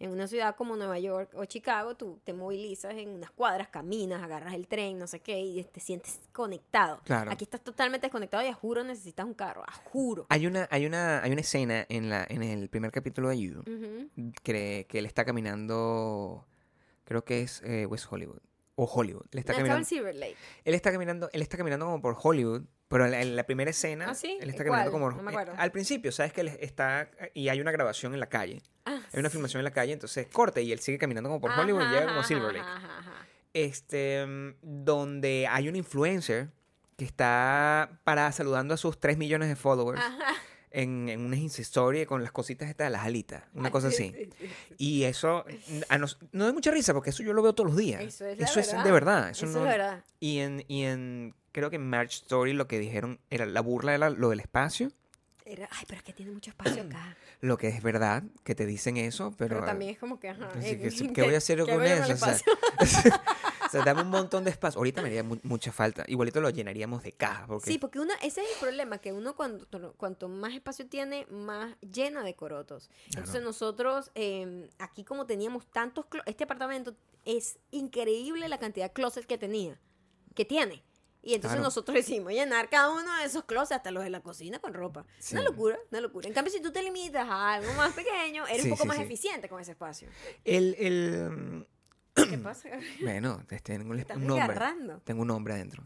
S1: En una ciudad como Nueva York o Chicago, tú te movilizas en unas cuadras, caminas, agarras el tren, no sé qué, y te sientes conectado.
S2: Claro.
S1: Aquí estás totalmente desconectado y a juro necesitas un carro, a juro.
S2: Hay una, hay una, hay una escena en la, en el primer capítulo de You
S1: Ujú.
S2: que, que él está caminando, creo que es eh, West Hollywood o Hollywood. Él está
S1: Estaba en
S2: caminando,
S1: Silver Lake.
S2: él está caminando, él está caminando como por Hollywood, pero en la, en la primera escena,
S1: ¿Ah, sí?
S2: él está
S1: ¿Cuál?
S2: caminando como
S1: No me acuerdo.
S2: eh, al principio, sabes que él está y hay una grabación en la calle,
S1: Ah,
S2: hay una filmación en la calle, entonces corte y él sigue caminando como por Hollywood y
S1: ajá,
S2: llega como a
S1: ajá,
S2: Silver Lake,
S1: ajá, ajá, ajá.
S2: este, mm, donde hay un influencer que está para saludando a sus 3 millones de followers
S1: Ajá.
S2: en, en una Insta story con las cositas estas de las alitas, una cosa
S1: Sí,
S2: así.
S1: sí, sí.
S2: Y eso a nos, no da mucha risa porque eso yo lo veo todos los días.
S1: Eso es la verdad.
S2: de verdad. Eso,
S1: Eso
S2: no-
S1: es verdad.
S2: Y en, y en creo que en March Story lo que dijeron era la burla era lo del espacio
S1: Era, ay, pero es que tiene mucho espacio acá.
S2: Lo que es verdad que te dicen eso, pero.
S1: Pero también es como que, ajá.
S2: Así
S1: eh,
S2: que, ¿Qué voy a hacer
S1: qué
S2: con
S1: hago yo el
S2: eso? O sea,
S1: espacio?
S2: o sea, dame un montón de espacio. Ahorita me haría mu- mucha falta. Igualito lo llenaríamos de cajas. Porque
S1: Sí, porque una, ese es el problema, que uno cuando, cuanto más espacio tiene, más llena de corotos.
S2: Claro.
S1: Entonces nosotros, eh, aquí como teníamos tantos, clo- este apartamento es increíble la cantidad de closets que tenía, que tiene. Y entonces
S2: Claro.
S1: nosotros decidimos llenar cada uno de esos closets, hasta los de la cocina, con ropa.
S2: Sí.
S1: Una locura, una locura. En cambio, si tú te limitas a algo más pequeño, eres
S2: Sí,
S1: un poco
S2: sí,
S1: más
S2: sí.
S1: eficiente con ese espacio.
S2: el, el, mm,
S1: ¿Qué pasa?
S2: Bueno, este, tengo un,
S1: Estás
S2: un nombre.
S1: desgarrando.
S2: Tengo un nombre adentro.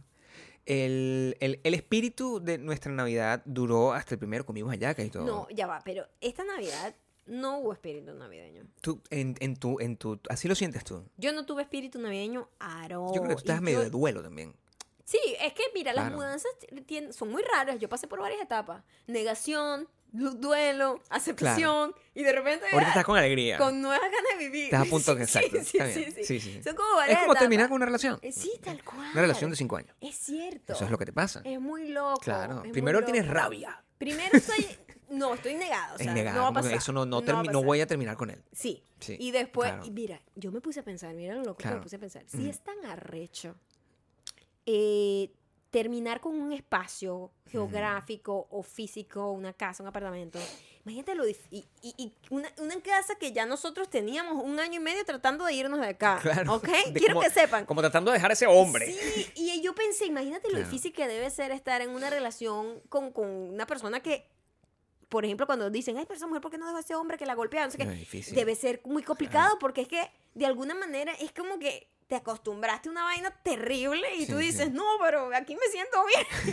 S2: El, el, el espíritu de nuestra Navidad duró hasta el primero. Comimos hallaca y todo.
S1: No, ya va, pero esta Navidad no hubo espíritu navideño.
S2: Tú, en, en tu, en tu, así lo sientes tú.
S1: Yo no tuve espíritu navideño, aro.
S2: Yo creo que tú
S1: Y
S2: estás medio
S1: yo-
S2: de duelo también.
S1: Sí, es que mira, las
S2: Claro.
S1: mudanzas ti- tien- son muy raras. Yo pasé por varias etapas. Negación, lu- duelo, aceptación y de repente
S2: Ahorita estás con alegría.
S1: Eh, con nuevas ganas de vivir.
S2: Estás a punto que
S1: Sí,
S2: exacto.
S1: Sí,
S2: Está
S1: sí,
S2: bien.
S1: sí,
S2: Sí, sí, sí.
S1: Son como varias
S2: Es como
S1: etapas.
S2: terminar con una relación.
S1: Eh, Sí, tal cual.
S2: Una relación de cinco años.
S1: Es cierto.
S2: Eso es lo que te pasa.
S1: Es muy loco.
S2: Claro.
S1: es muy
S2: Primero
S1: loco.
S2: tienes rabia.
S1: Primero estoy... No, estoy negada. O sea,
S2: es negar.
S1: no va a
S2: como que
S1: pasar.
S2: Eso no, no,
S1: va
S2: termi-
S1: a
S2: no
S1: pasar.
S2: voy a terminar con él.
S1: Sí.
S2: Sí,
S1: Y después,
S2: claro.
S1: y mira, yo me puse a pensar, mira lo loco que
S2: Claro.
S1: me puse a pensar. Si es tan arrecho eh, terminar con un espacio geográfico o físico, una casa, un apartamento, imagínate lo dif- y, y- y una, una casa que ya nosotros teníamos un año y medio tratando de irnos de acá.
S2: Claro.
S1: ¿Ok?
S2: De
S1: Quiero
S2: como-
S1: que sepan.
S2: Como tratando de dejar a ese hombre.
S1: Sí, y eh, yo pensé, imagínate lo
S2: Claro.
S1: difícil que debe ser estar en una relación con, con una persona que, por ejemplo, cuando dicen, ay, pero esa mujer, ¿por qué no dejó a ese hombre que la golpea? No sé qué.
S2: No, es difícil.
S1: Debe ser muy complicado porque es que, de alguna manera, es como que te acostumbraste a una vaina terrible y
S2: Sí,
S1: tú
S2: sí.
S1: dices, no, pero aquí me siento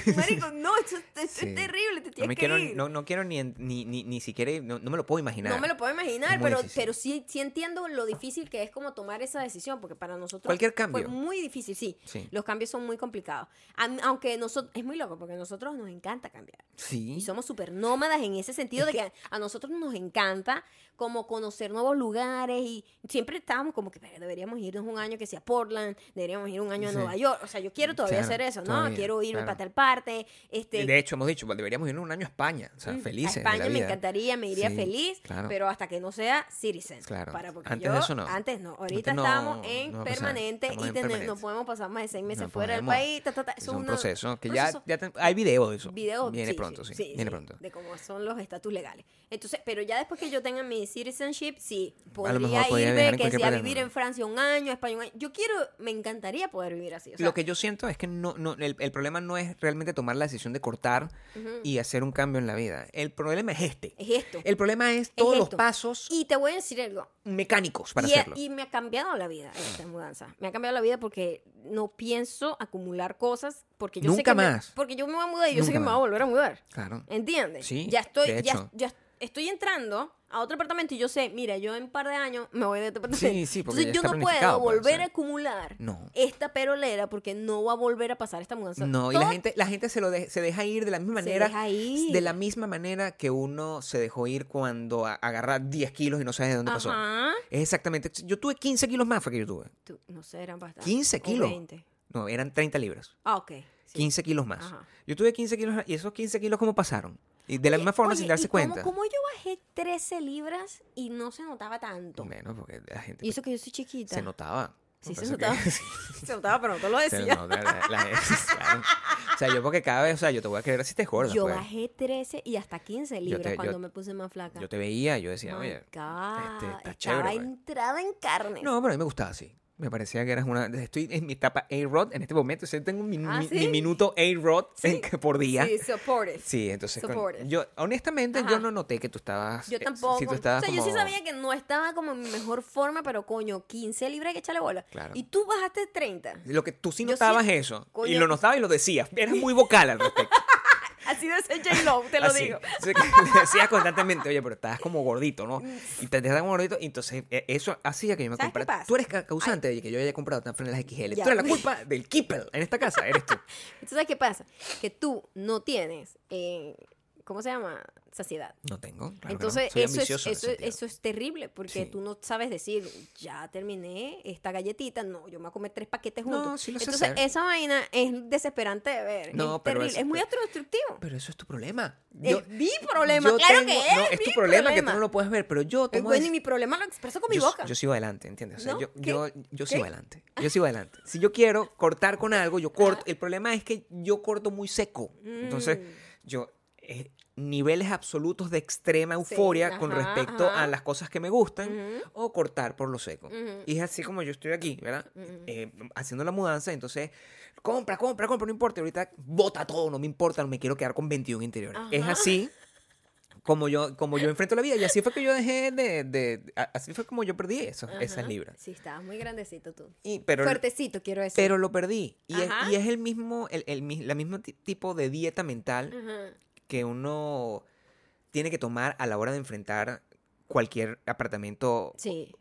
S1: bien. Marico, no, esto, esto
S2: Sí.
S1: es terrible, te
S2: No,
S1: tienes
S2: me
S1: que
S2: quiero,
S1: ir.
S2: no, no quiero ni, en- ni, ni, ni siquiera, ir, no, no me lo puedo imaginar.
S1: No me lo puedo imaginar,
S2: Es muy
S1: pero,
S2: difícil.
S1: pero sí, sí entiendo lo difícil que es como tomar esa decisión, porque para nosotros
S2: Cualquier cambio.
S1: fue muy difícil, sí.
S2: Sí.
S1: Los cambios son muy complicados. A mí- Aunque nosotros, es muy loco, porque a nosotros nos encanta cambiar.
S2: Sí.
S1: Y somos súper nómadas en ese sentido de que a nosotros nos encanta como conocer nuevos lugares y siempre estábamos como que "Pero deberíamos irnos un año que sea a Portland, deberíamos ir un año a
S2: Sí.
S1: Nueva York. O sea, yo quiero todavía
S2: Claro,
S1: hacer eso, ¿no?
S2: todavía,
S1: quiero irme
S2: claro.
S1: para tal parte. Este,
S2: De hecho, hemos dicho, bueno, deberíamos ir un año a España. O sea,
S1: Mm,
S2: felices.
S1: A
S2: de la
S1: España me
S2: vida.
S1: encantaría, me iría
S2: Sí,
S1: feliz,
S2: claro.
S1: pero hasta que no sea citizen.
S2: Claro.
S1: Para porque
S2: Antes
S1: yo-
S2: de eso no.
S1: Antes no. Ahorita
S2: Antes no-
S1: estamos en
S2: no va a pasar.
S1: permanente
S2: Estamos
S1: y
S2: en
S1: tener- no
S2: permanente.
S1: podemos pasar más de seis meses
S2: No
S1: fuera
S2: podemos.
S1: del país. ta, ta, ta.
S2: Es
S1: Eso
S2: un
S1: una-
S2: proceso que
S1: proceso.
S2: ya, ya ten- hay video de eso.
S1: Video,
S2: Viene
S1: sí,
S2: pronto, sí.
S1: sí,
S2: Viene
S1: sí,
S2: pronto.
S1: De cómo son los estatus legales. Entonces, pero ya después que yo tenga mi citizenship, sí,
S2: lo mejor
S1: podría
S2: podría viajar
S1: irme,
S2: en
S1: que
S2: cualquier
S1: sea
S2: parte del
S1: vivir
S2: mundo.
S1: en Francia un año, España un año. Yo quiero, me encantaría poder vivir así. o sea,
S2: lo que yo siento es que no, no el, el problema no es realmente tomar la decisión de cortar y hacer un cambio en la vida. El problema es este.
S1: es esto.
S2: El problema es
S1: es
S2: todos
S1: esto.
S2: los pasos
S1: Y te voy a decir algo.
S2: mecánicos para
S1: y, e,
S2: hacerlo.
S1: y me ha cambiado la vida esta mudanza. Me ha cambiado la vida porque no pienso acumular cosas porque yo sé
S2: Nunca
S1: que me-
S2: más.
S1: porque yo me voy a mudar y yo sé
S2: Nunca
S1: que me
S2: más.
S1: voy a volver a mudar.
S2: Claro.
S1: ¿Entiendes?
S2: Sí,
S1: Ya estoy
S2: de
S1: ya-
S2: hecho.
S1: ya estoy entrando a otro apartamento y yo sé, mira, yo en un par de años me voy de este apartamento.
S2: Sí, sí, porque
S1: Entonces
S2: ya
S1: yo
S2: está
S1: no puedo
S2: planificado, pues,
S1: volver a
S2: sí.
S1: acumular
S2: No.
S1: esta perolera porque no va a volver a pasar esta mudanza.
S2: No, y
S1: Todo
S2: la gente, la gente se, lo de- se deja ir de la misma
S1: Se
S2: manera.
S1: deja ir.
S2: De la misma manera que uno se dejó ir cuando a- agarra 10 kilos y no sabes de dónde pasó.
S1: Ajá.
S2: Es exactamente. Yo tuve 15 kilos más fue que yo tuve.
S1: Tú- no sé, eran bastantes.
S2: 15
S1: O
S2: kilos.
S1: 20.
S2: No, eran 30 libras.
S1: Ah, ok. sí.
S2: 15 kilos más.
S1: Ajá. Eh,
S2: Yo tuve 15 kilos y esos 15 kilos, ¿cómo pasaron? Y de la misma forma,
S1: Oye,
S2: sin
S1: ¿y
S2: darse
S1: cómo-
S2: cuenta.
S1: ¿Cómo yo bajé 13 libras y no se notaba tanto?
S2: Bueno, porque la gente pues,
S1: Y eso que yo soy chiquita.
S2: se notaba.
S1: Sí, se
S2: Por eso que-
S1: notaba. Se notaba, pero no te lo
S2: se
S1: decía.
S2: notaba la- la- claro. O sea, yo porque cada vez, o sea, yo te voy a querer si te gorda.
S1: yo
S2: pues.
S1: bajé 13 y hasta 15 libras
S2: te- yo-
S1: cuando me puse más flaca.
S2: Yo te veía, yo decía,
S1: My
S2: oye,
S1: God,
S2: este, está
S1: estaba
S2: chévere. pues".
S1: entrada en carne.
S2: No, pero a mí me gustaba así. Me parecía que eras una. Estoy en mi etapa A-Rod en este momento. O sea, tengo mi,
S1: Ah,
S2: mi-
S1: ¿sí?
S2: mi minuto A-Rod en que- por día.
S1: Sí,
S2: Sí,
S1: supportive.
S2: entonces. con-
S1: Supportive.
S2: yo, honestamente,
S1: Ajá.
S2: yo no noté que tú estabas.
S1: Yo
S2: eh,
S1: tampoco.
S2: Si tú estabas
S1: o sea, yo sí
S2: como-
S1: sabía que no estaba como en mi mejor forma, pero coño, 15 libras hay que echarle bola.
S2: Claro.
S1: Y tú bajaste 30.
S2: Lo que tú sí
S1: Yo sí-
S2: notabas eso.
S1: Coño.
S2: Y lo notabas y lo decías. Eras muy vocal al respecto.
S1: Así de ese J-Lo, te lo
S2: Así.
S1: digo.
S2: O sea, que le decías constantemente, oye, pero estabas como gordito, ¿no? Y te estabas como gordito. Y entonces, eh, eso hacía que yo me
S1: Mm. ¿Sabes qué
S2: comprara.
S1: pasa?
S2: Tú eres ca- causante de que yo haya comprado tan frenas XL.
S1: Ya.
S2: Tú eres la culpa del Keeper en esta casa. Eres tú.
S1: Entonces, ¿sabes qué pasa? Que tú no tienes, eh, ¿cómo se llama? saciedad.
S2: No tengo. claro que no.
S1: Entonces,
S2: Soy
S1: eso, es,
S2: ambicioso en ese
S1: eso,
S2: sentido.
S1: eso es terrible porque
S2: Sí.
S1: tú no sabes decir, ya terminé esta galletita, no, yo me voy a comer tres paquetes
S2: No,
S1: juntos.
S2: sí lo sé
S1: Entonces,
S2: hacer.
S1: esa vaina es desesperante de ver.
S2: No,
S1: es
S2: pero
S1: terrible.
S2: es-
S1: Es, muy autodestructivo.
S2: Pero eso es tu problema.
S1: es mi problema, claro
S2: tengo-
S1: que es.
S2: No, es tu
S1: mi
S2: problema, que tú no lo puedes ver, pero yo
S1: Eh,
S2: tomo
S1: Bueno,
S2: dec-
S1: y mi problema lo expreso con mi
S2: yo,
S1: boca.
S2: yo sigo adelante, ¿entiendes? O sea,
S1: ¿No?
S2: yo,
S1: ¿Qué?
S2: yo, yo sigo
S1: ¿Qué?
S2: adelante. Yo sigo adelante. Si yo quiero cortar con algo, yo corto. El problema es que yo corto muy seco. Entonces,
S1: Mm.
S2: yo. eh, niveles absolutos de extrema euforia con
S1: ajá,
S2: respecto
S1: ajá.
S2: a las cosas que me gustan o cortar por lo seco. Y es así como yo estoy aquí, ¿verdad? Eh, haciendo la mudanza, entonces compra, compra, compra, no importa. Ahorita bota todo, no me importa, no me quiero quedar con 21 interiores. Es
S1: Ajá.
S2: así como yo, como yo enfrento la vida. Y así fue que yo dejé de. de- a- así fue como yo perdí eso, esas
S1: Ajá.
S2: libras.
S1: Sí, estabas muy grandecito tú.
S2: Y, pero,
S1: Fuertecito, quiero decir.
S2: pero lo perdí. Y es,
S1: Ajá.
S2: y es el mismo, el, el mi- la mismo ti- tipo de dieta mental
S1: Ajá.
S2: que uno tiene que tomar a la hora de enfrentar cualquier apartamento.
S1: Sí.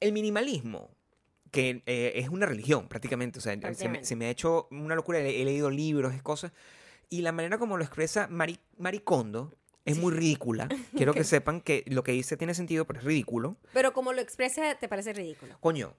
S2: El minimalismo, que eh, es una religión prácticamente. O sea, se me,
S1: Prácticamente.
S2: se me ha hecho una locura. He, he leído libros, es cosas. Y la manera como lo expresa Mari, Maricondo es muy ridícula. Quiero que sepan que lo que dice tiene sentido, pero es ridículo.
S1: Pero como lo expresa, te parece ridículo.
S2: Coño,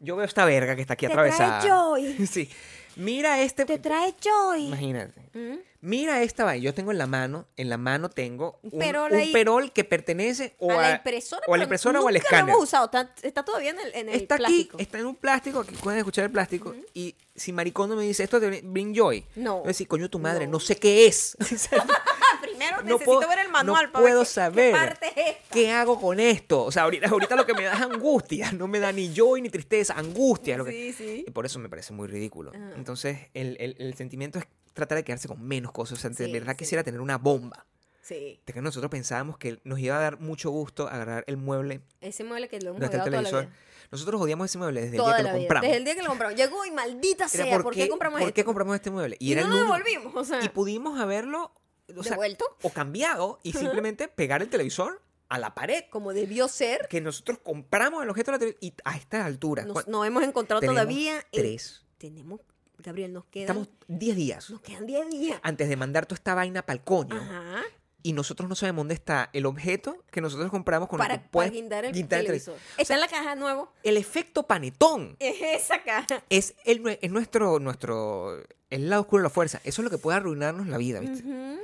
S2: yo veo esta verga que está aquí
S1: Te trae
S2: atravesada.
S1: joy.
S2: Sí. Mira este.
S1: Te trae joy.
S2: Imagínate.
S1: ¿Mm?
S2: Mira esta vaina. Yo tengo en la mano, en la mano tengo un un
S1: Perol
S2: perol,
S1: ahí.
S2: que pertenece o
S1: a la impresora.
S2: o, a la
S1: pero
S2: impresora o al
S1: nunca lo
S2: escáner.
S1: hemos usado, está, está todavía en el, en el
S2: está aquí,
S1: plástico.
S2: está en un plástico, aquí pueden escuchar el plástico. Y si Maricondo me dice esto te bring joy.
S1: No.
S2: Yo decir, coño tu madre,
S1: No.
S2: no, sé qué es.
S1: Ah, primero
S2: No
S1: necesito
S2: puedo-
S1: ver el manual
S2: no
S1: para ver
S2: puedo
S1: qué-
S2: saber.
S1: qué parte es esta.
S2: ¿Qué hago con esto? O sea, ahorita, ahorita lo que me da es angustia. No me da ni joy ni tristeza, angustia. es Lo que,
S1: Sí, sí.
S2: Y por eso me parece muy ridículo.
S1: Ajá.
S2: Entonces, el, el- el sentimiento es tratar de quedarse con menos cosas. O sea,
S1: Sí,
S2: de verdad
S1: sí.
S2: quisiera tener una bomba.
S1: Sí,
S2: De que nosotros pensábamos que nos iba a dar mucho gusto agarrar el mueble
S1: ese mueble que lo hemos
S2: donde está el
S1: jugado toda la
S2: televisor.
S1: vida.
S2: Nosotros odiamos ese mueble desde
S1: Toda
S2: el día
S1: la
S2: que lo
S1: vida.
S2: compramos.
S1: Desde el día que lo compramos. Llegó y maldita sea,
S2: Era,
S1: ¿por, qué, compramos
S2: por qué
S1: esto?
S2: compramos este mueble? Y,
S1: Y
S2: era
S1: no
S2: el
S1: lo
S2: único-
S1: devolvimos, o sea,
S2: Y pudimos haberlo o sea,
S1: devuelto
S2: o cambiado y simplemente pegar el televisor a la pared.
S1: como debió ser.
S2: Que nosotros compramos el objeto de la televisión y a estas alturas.
S1: Nos,
S2: ¿cuál-
S1: no hemos encontrado
S2: tenemos
S1: todavía. en-
S2: Tres.
S1: tenemos, Gabriel, nos quedan,
S2: Estamos Ah, 10 días
S1: nos quedan 10 días.
S2: antes de mandar toda esta vaina para el coño.
S1: Ajá.
S2: y nosotros no sabemos dónde está el objeto que nosotros compramos con el
S1: Para,
S2: que
S1: para
S2: puedes
S1: guindar el
S2: guindar el
S1: televisor.
S2: televisor.
S1: Está en la caja nuevo.
S2: El efecto panetón
S1: Es esa caja.
S2: es, el, nue- es nuestro, nuestro, el lado oscuro de la fuerza. Eso es lo que puede arruinarnos la vida, ¿viste?
S1: Ujú,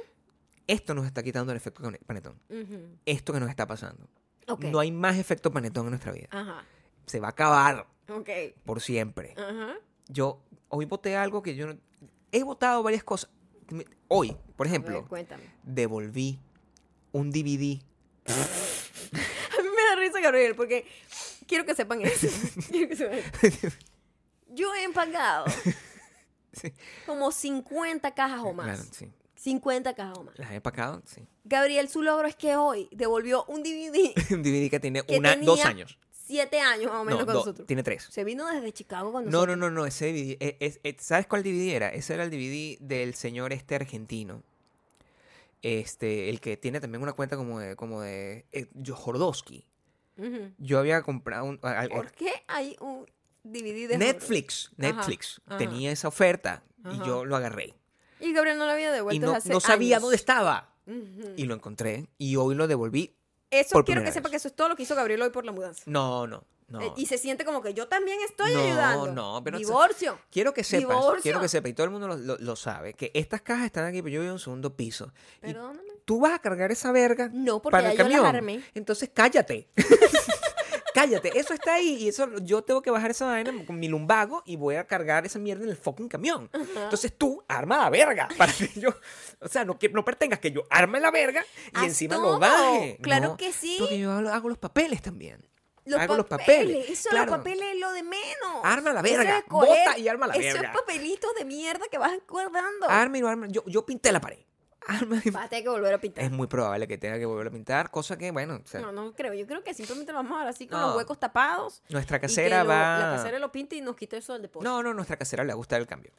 S2: Esto nos está quitando el efecto cane- panetón.
S1: ujú.
S2: Esto que nos está pasando.
S1: Ok.
S2: No hay más efecto panetón en nuestra vida.
S1: Ajá.
S2: Se va a acabar
S1: Ok.
S2: por siempre.
S1: Ajá.
S2: Yo hoy voté algo que yo no... He votado varias cosas. Me- Hoy, por
S1: A ver,
S2: ejemplo,
S1: cuéntame.
S2: devolví un DVD.
S1: A mí me da risa, Gabriel, porque quiero que sepan eso. Quiero que sepan eso. Yo he empacado
S2: Sí. Ah,
S1: como 50 cajas o más.
S2: Claro, sí.
S1: 50 cajas o más.
S2: Las he pacado, sí.
S1: Gabriel, su logro es que hoy devolvió un DVD
S2: un DVD que tiene
S1: que
S2: una,
S1: tenía
S2: dos años.
S1: 7 años más o menos
S2: No,
S1: con
S2: do-
S1: nosotros.
S2: tiene tres.
S1: Se vino desde Chicago con
S2: No,
S1: nosotros.
S2: no, no, no, ese DVD, e- es- es- ¿sabes cuál DVD era? Ese era el DVD del señor este argentino. Este, el que tiene también una cuenta como de, como de eh, yo- Jodorowsky.
S1: Ujú.
S2: Yo había comprado un a- a-
S1: ¿Por qué hay un DVD de
S2: Eh, Netflix,
S1: Ajá,
S2: Netflix
S1: ajá.
S2: tenía esa oferta
S1: Ajá.
S2: y yo lo agarré
S1: Jorge? Y Gabriel no lo había
S2: y
S1: devuelto
S2: no,
S1: desde hace
S2: no sabía
S1: años.
S2: dónde estaba
S1: Ujú.
S2: y lo encontré y hoy lo devolví.
S1: Eso
S2: por
S1: quiero que
S2: primera
S1: sepa
S2: vez.
S1: que eso es todo lo que hizo Gabriel hoy por la mudanza.
S2: No, no, no.
S1: Eh, y se siente como que yo también estoy
S2: No,
S1: ayudando.
S2: no, pero-
S1: Divorcio.
S2: Quiero que sepas,
S1: Divorcio.
S2: quiero que sepas, y todo el mundo lo, lo- lo sabe, que estas cajas están aquí, pero yo vivo en un segundo piso. Y
S1: Perdóname.
S2: tú vas a cargar esa verga
S1: No, porque
S2: para
S1: ya
S2: el
S1: yo las
S2: camión.
S1: armé.
S2: Entonces cállate. cállate, eso está ahí y eso yo tengo que bajar esa vaina con mi lumbago y voy a cargar esa mierda en el fucking camión. Entonces tú arma la verga para que yo, o sea, no que no pretengas que yo arme la verga y
S1: Haz
S2: encima
S1: todo.
S2: lo baje.
S1: Claro
S2: No,
S1: que sí.
S2: Porque yo hago, hago los papeles también.
S1: Los
S2: hago los
S1: papeles.
S2: papeles.
S1: Eso
S2: Claro.
S1: los papeles es lo de menos.
S2: Arma la
S1: Eso
S2: verga,
S1: es coger-
S2: bota y arma la
S1: Eso
S2: verga.
S1: es papelitos de mierda que vas guardando.
S2: Arma y lo arma. Yo, yo pinté la pared. Arma y-
S1: Vas a tener que volver a pintar.
S2: Es muy probable que tenga que volver a pintar, cosa que, bueno, o sea,
S1: No, no creo. Yo creo que simplemente lo vamos a dar así con
S2: No.
S1: los huecos tapados.
S2: nuestra
S1: y que
S2: casera
S1: lo-
S2: va...
S1: La casera lo pinta y nos quita eso del depósito.
S2: No, no, nuestra casera le gusta el cambio.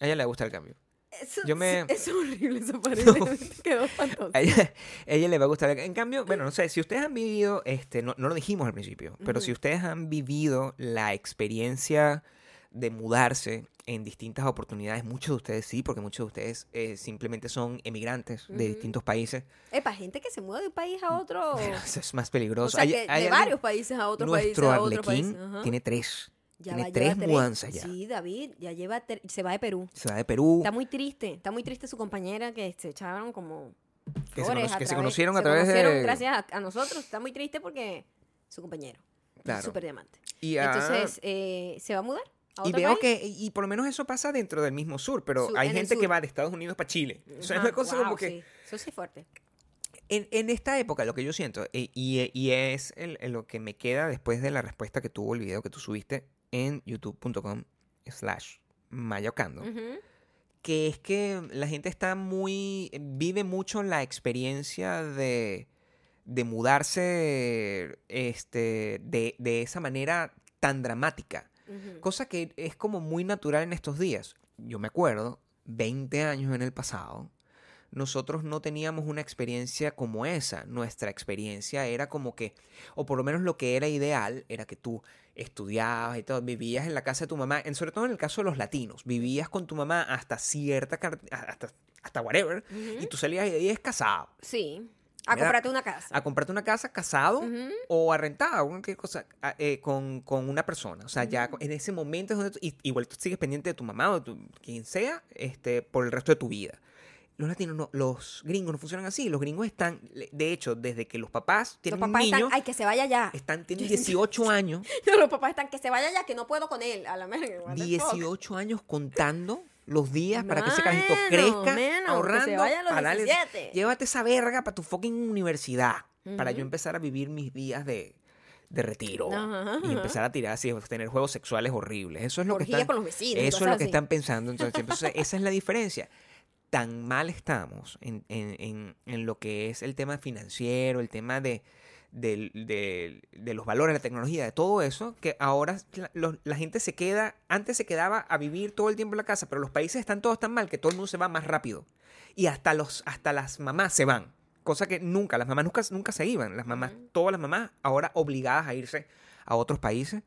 S2: A ella le gusta el cambio.
S1: Eso,
S2: yo me-
S1: Es horrible eso parece. Quedó espantoso.
S2: A ella, a ella le va a gustar. el- En cambio, bueno, no sé, si ustedes han vivido, este, no, no lo dijimos al principio, pero si ustedes han vivido la experiencia de mudarse en distintas oportunidades, muchos de ustedes sí, porque muchos de ustedes eh, simplemente son emigrantes de
S1: Ujú.
S2: distintos países.
S1: Epa, gente que se muda de un país a otro.
S2: Pero eso es más
S1: o
S2: peligroso.
S1: sea,
S2: Hay-
S1: que
S2: hay
S1: de
S2: alguien-
S1: varios países a otro país.
S2: nuestro
S1: a otro país.
S2: Arlequín
S1: Ajá.
S2: tiene tres.
S1: Ya
S2: tiene
S1: va,
S2: tres
S1: lleva tres.
S2: mudanzas ya. Uh.
S1: Sí, David, ya lleva tres- se va de Perú.
S2: Se va de Perú,
S1: Está muy triste, está muy triste su compañera que se echaron como
S2: que se,
S1: flores
S2: cono-
S1: a
S2: que se
S1: través-
S2: conocieron a
S1: se
S2: través
S1: conocieron
S2: de...
S1: gracias a, a nosotros, está muy triste porque su compañero,
S2: Claro.
S1: super diamante.
S2: Y, ah,
S1: Entonces, eh, ¿se va a mudar a
S2: y
S1: otro
S2: veo
S1: país?
S2: que, y por lo menos eso pasa dentro del mismo sur, pero
S1: Sur,
S2: hay
S1: en el
S2: gente que
S1: sur.
S2: va de Estados Unidos para Chile. O sea, es
S1: Ajá,
S2: una cosa
S1: guau,
S2: como que...
S1: sí, Eso sí es fuerte.
S2: En, en esta época, lo que yo siento, e- y, e- y es el- el lo que me queda después de la respuesta que tuvo el video que tú subiste en youtube.com slash mayocando,
S1: Ujú.
S2: que es que la gente está muy, vive mucho la experiencia de, de mudarse este, de, de esa manera tan dramática,
S1: Ujú.
S2: cosa que es como muy natural en estos días. Yo me acuerdo, 20 años en el pasado, nosotros no teníamos una experiencia como esa. Nuestra experiencia era como que, o por lo menos lo que era ideal, era que tú estudiabas y todo, vivías en la casa de tu mamá, en, sobre todo en el caso de los latinos, vivías con tu mamá hasta cierta, car- hasta, hasta whatever,
S1: Ujú.
S2: y tú salías de ahí es casado.
S1: Sí, a
S2: Mira,
S1: comprarte una casa.
S2: A comprarte una casa casado
S1: Ujú.
S2: o a rentar alguna que cosa a- eh, con, con una persona. O sea, ya
S1: Mm.
S2: co- en ese momento es donde tú- y- igual tú sigues pendiente de tu mamá o tu- quien sea este, por el resto de tu vida. Los latinos, no, los gringos no funcionan así. Los gringos están, le- de hecho, desde que los papás
S1: Los
S2: tienen un
S1: papás
S2: niño,
S1: están, ay, que se vaya ya.
S2: están, tienen 18 años,
S1: Los papás están, que se vaya ya, que no puedo con él. A la verga, what the fuck.
S2: 18 años contando los días para que ese carajito
S1: Mano,
S2: crezca,
S1: mano, que
S2: ahorrando.
S1: se vaya a los
S2: para darle-
S1: 17.
S2: llévate esa verga para tu fucking universidad, para
S1: Ujú.
S2: yo empezar a vivir mis días de, de retiro
S1: Ajá,
S2: y
S1: ajá.
S2: empezar a tirar así, tener juegos sexuales horribles. Eso es lo que
S1: Orgías
S2: están,
S1: con los vecinos y
S2: eso es
S1: cosas
S2: lo que
S1: así.
S2: están pensando. Entonces, entonces, esa es la diferencia. Tan mal estamos en, en- en- en lo que es el tema financiero, el tema de, del- del- de los valores, la tecnología, de todo eso, que ahora la, los- la gente se queda, antes se quedaba a vivir todo el tiempo en la casa, pero los países están todos tan mal que todo el mundo se va más rápido. Y hasta, los, hasta las mamás se van. Cosa que nunca, las mamás nunca, nunca se iban. Las mamás,
S1: Ujú.
S2: todas las mamás, ahora obligadas a irse a otros países.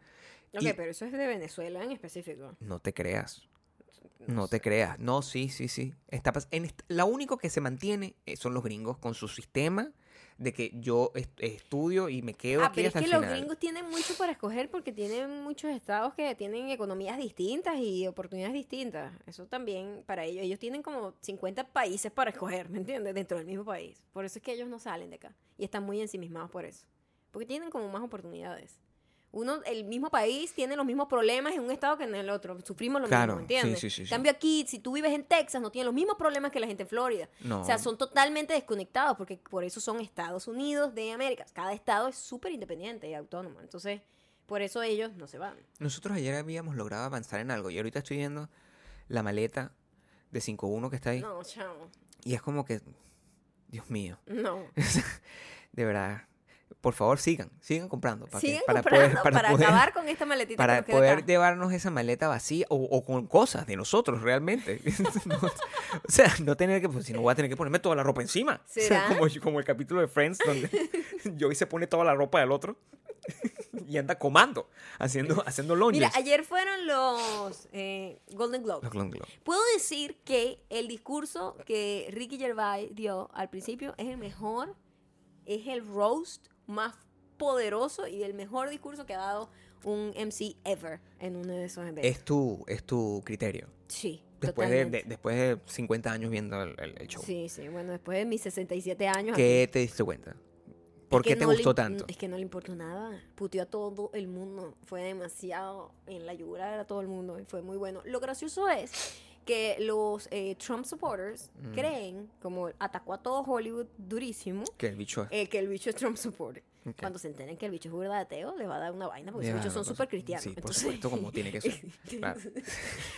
S1: Ok,
S2: Y-
S1: pero eso es de Venezuela en específico.
S2: No te creas. No te creas. No, sí, sí, sí. Está pas- en est- la único que se mantiene eh, son los gringos con su sistema de que yo est- estudio y me quedo
S1: Ah,
S2: aquí
S1: pero es
S2: hasta
S1: que
S2: el
S1: los
S2: final.
S1: gringos tienen mucho para escoger porque tienen muchos estados que tienen economías distintas y oportunidades distintas. Eso también para ellos. Ellos tienen como 50 países para escoger, ¿me entiendes? Dentro del mismo país. Por eso es que ellos no salen de acá y están muy ensimismados por eso. Porque tienen como más oportunidades. Uno, el mismo país tiene los mismos problemas en un estado que en el otro. Sufrimos lo
S2: Claro,
S1: mismo, ¿entiendes?
S2: sí, sí, sí, sí.
S1: Cambio aquí, si tú vives en Texas, no tienes los mismos problemas que la gente en Florida.
S2: No.
S1: O sea, son totalmente desconectados porque por eso son Estados Unidos de América. Cada estado es súper independiente y autónomo. Entonces, por eso ellos no se van.
S2: Nosotros ayer habíamos logrado avanzar en algo y ahorita estoy viendo la maleta de 5-1 que está ahí
S1: No, chamo.
S2: y es como que, Dios mío,
S1: No.
S2: de verdad, por favor sigan, sigan comprando. para que-
S1: Siguen
S2: para poder-
S1: comprando para,
S2: poder-
S1: acabar con esta maletita que
S2: para
S1: nos queda
S2: poder
S1: acá.
S2: llevarnos esa maleta vacía o, o con cosas de nosotros realmente. No, o sea, no tener que, pues, si no voy a tener que ponerme toda la ropa encima. O sea,
S1: ¿Será?
S2: como, yo- como el capítulo de Friends donde Joey se pone toda la ropa del otro y anda comando, haciendo, haciendo lunges.
S1: Mira, ayer fueron los eh, Golden Globes.
S2: Los Golden Globes.
S1: Puedo decir que el discurso que Ricky Gervais dio al principio es el mejor, es el roast más poderoso y el mejor discurso que ha dado un MC ever en uno de esos eventos.
S2: Es tu, es tu criterio.
S1: sí,
S2: Después de,
S1: totalmente.
S2: de- después de 50 años viendo el, el- el show.
S1: Sí, sí, bueno, después de mis 67 años.
S2: ¿Qué te diste cuenta? ¿Por
S1: que
S2: qué te
S1: no le
S2: gustó
S1: imp-
S2: tanto?
S1: Es que no le importó nada. Puteó a todo el mundo. Fue demasiado en la yugular a todo el mundo. Y fue muy bueno. Lo gracioso es que los eh, Trump supporters
S2: Mm.
S1: creen, como atacó a todo Hollywood durísimo,
S2: Que el bicho
S1: eh, que el bicho es Trump supporter.
S2: Ok.
S1: Cuando se enteren que el bicho es burda de ateo, les va a dar una vaina, porque
S2: Ya,
S1: esos bichos
S2: no,
S1: son
S2: pues,
S1: súper cristianos.
S2: Sí, por
S1: Entonces-
S2: supuesto, como tiene que ser. Claro.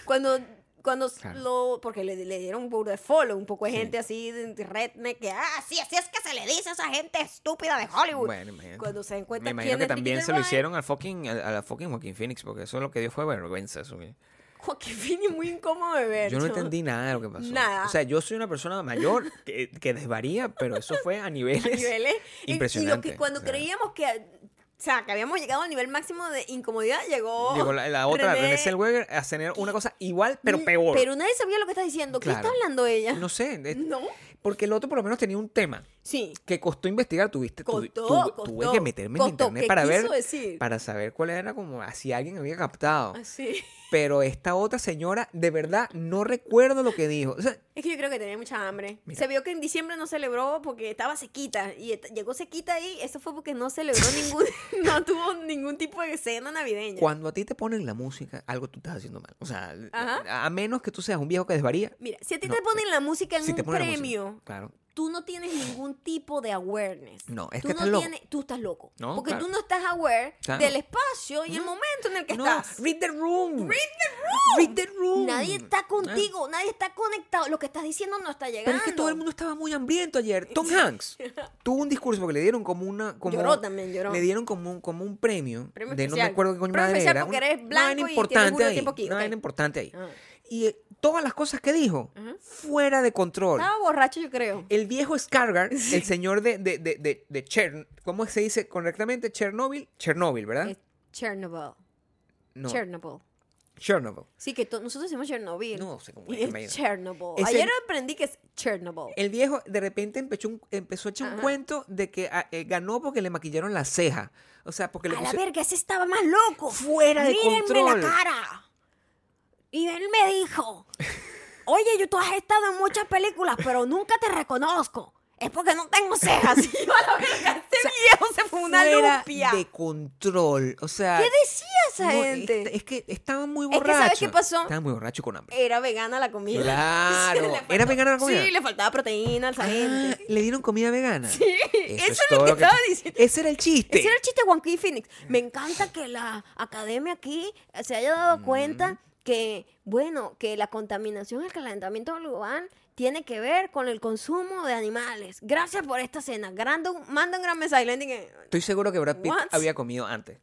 S1: cuando cuando
S2: Claro.
S1: lo porque le, le dieron un burro de follow un poco de
S2: Sí.
S1: gente así de de redneck que ah sí así es que se le dice a esa gente estúpida de Hollywood
S2: Bueno, imagínate.
S1: cuando se den cuenta
S2: Me imagino
S1: quién
S2: que
S1: es Ricky
S2: también se lo
S1: Gervais,
S2: hicieron al fucking, al- a la fucking Joaquín Phoenix, porque eso lo que dio fue vergüenza. eso, güey.
S1: Joaquín Phoenix muy incómodo de ver
S2: Yo no
S1: chamo.
S2: entendí nada de lo que pasó.
S1: Nada.
S2: O sea, yo soy una persona mayor que, que desvaría, pero eso fue a niveles.
S1: niveles. Y- Y lo
S2: Impresionante,
S1: que cuando
S2: o sea.
S1: creíamos que O sea, que habíamos llegado al nivel máximo de incomodidad, llegó.
S2: Llegó la, la otra, René, Zellweger, a tener una cosa igual, pero peor.
S1: Pero nadie sabía lo que está diciendo. ¿Qué
S2: Claro.
S1: está hablando ella?
S2: No sé. es-
S1: No.
S2: Porque el otro por lo menos tenía un tema
S1: Sí.
S2: que costó investigar. Tuviste, tu-
S1: Costó,
S2: tu-
S1: costó,
S2: tuve que meterme en
S1: costó.
S2: internet
S1: ¿Qué
S2: para ver,
S1: quiso decir?
S2: para saber cuál era, como si alguien había captado.
S1: Así.
S2: Pero esta otra señora, de verdad, no recuerdo lo que dijo. O sea,
S1: Es que yo creo que tenía mucha hambre.
S2: Mira.
S1: Se vio que en diciembre no celebró porque estaba sequita. Y et- llegó sequita ahí. Eso fue porque no celebró ningún. no tuvo ningún tipo de cena navideña.
S2: cuando a ti te ponen la música, algo tú estás haciendo mal. O sea,
S1: Ajá.
S2: a menos que tú seas un viejo que desvaría.
S1: Mira, si a ti
S2: No,
S1: te ponen la música en
S2: si
S1: un
S2: te ponen la música,
S1: premio,
S2: claro.
S1: tú no tienes ningún tipo de awareness.
S2: No, es
S1: tú
S2: que estás loco.
S1: Tú estás loco.
S2: No,
S1: porque
S2: claro.
S1: tú no estás aware
S2: Claro. Mm.
S1: del espacio y el momento en el que
S2: No, Mm.
S1: estás.
S2: read the room. Read the room. Read the room.
S1: Nadie está contigo, nadie está conectado. Lo que estás diciendo no está llegando.
S2: Ah. Pero es que todo el mundo estaba muy hambriento ayer. Tom Hanks tuvo un discurso porque le dieron como una. Como,
S1: Lloró también, lloró.
S2: Le dieron como un, como un premio.
S1: Premio
S2: de no
S1: especial.
S2: me acuerdo qué coño
S1: Premio
S2: madre
S1: especial
S2: era.
S1: porque
S2: una-
S1: eres
S2: una
S1: blanco
S2: vaina
S1: y tienes
S2: importante
S1: burda de
S2: ahí,
S1: tiempo aquí,
S2: una
S1: ok.
S2: vaina importante ahí.
S1: Ah.
S2: Y eh, todas las cosas que dijo, fuera de control.
S1: Estaba borracho, yo creo.
S2: El viejo Skargar, el señor de, de, de, de, de Chern. ¿Cómo se dice correctamente? Chernobyl. Chernobyl, ¿verdad?
S1: Es Chernobyl.
S2: ¿Ah? no.
S1: Chernobyl.
S2: Chernobyl.
S1: Sí, que to- nosotros decimos Chernobyl.
S2: No sé cómo
S1: Y
S2: es que me
S1: es
S2: diga.
S1: Chernobyl.
S2: Es
S1: Ayer
S2: el-
S1: aprendí que es Chernobyl.
S2: El viejo de repente empezó, un- empezó a echar un cuento de que ah, eh, ganó porque le maquillaron la ceja. O sea, porque le
S1: A la
S2: pusieron-
S1: verga, ese estaba más loco.
S2: Fuera de
S1: Mírenme
S2: control.
S1: la cara. Y él me dijo, oye, yo tú has estado en muchas películas, pero nunca te reconozco. Es porque no tengo cejas. Y yo, a la verga, este viejo se fue una
S2: fuera
S1: lupia.
S2: de control. O sea,
S1: ¿Qué decía esa
S2: no, este
S1: gente?
S2: Es, es que estaba muy
S1: que,
S2: borracho.
S1: ¿sabes qué pasó?
S2: Estaba muy borracho con hambre.
S1: Era vegana la comida.
S2: Claro.
S1: le faltaba-
S2: ¿Era vegana la comida?
S1: Sí, le faltaba proteína a esa
S2: Ah,
S1: gente.
S2: le dieron comida vegana. Sí,
S1: eso es lo que estaba diciendo.
S2: Ese era el chiste.
S1: Ese era el chiste de Joaquín Phoenix. Me encanta que la academia aquí se haya dado cuenta que, bueno, que la contaminación, el calentamiento global tiene que ver con el consumo de animales. Gracias por esta cena. Grande, manda un gran mensaje. Landing eh, en-
S2: Estoy seguro que Brad Pitt
S1: What?
S2: había comido antes.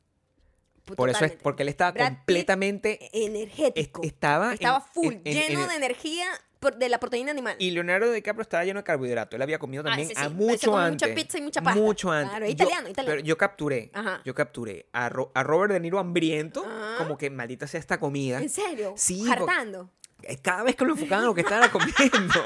S1: Pu-
S2: Por eso es
S1: totalmente.
S2: porque él estaba
S1: Brad Pitt,
S2: completamente
S1: energético.
S2: es- estaba en-
S1: Estaba full,
S2: en- en-
S1: lleno
S2: en-
S1: de energía por- de la proteína animal.
S2: Y Leonardo DiCaprio estaba lleno de carbohidrato. Él había comido
S1: Ah,
S2: también
S1: ese
S2: a
S1: sí. Ese
S2: mucho
S1: come
S2: antes.
S1: mucha pizza y mucha pasta.
S2: Mucho antes.
S1: Claro,
S2: Yo-
S1: italiano, italiano.
S2: Pero yo capturé.
S1: Ajá.
S2: Yo capturé a, Ro- a Robert De Niro hambriento.
S1: Ajá.
S2: Como que maldita sea esta comida.
S1: ¿En serio?
S2: Sí. porque-
S1: Hartando.
S2: eh, cada vez que lo enfocaban lo que estaba comiendo.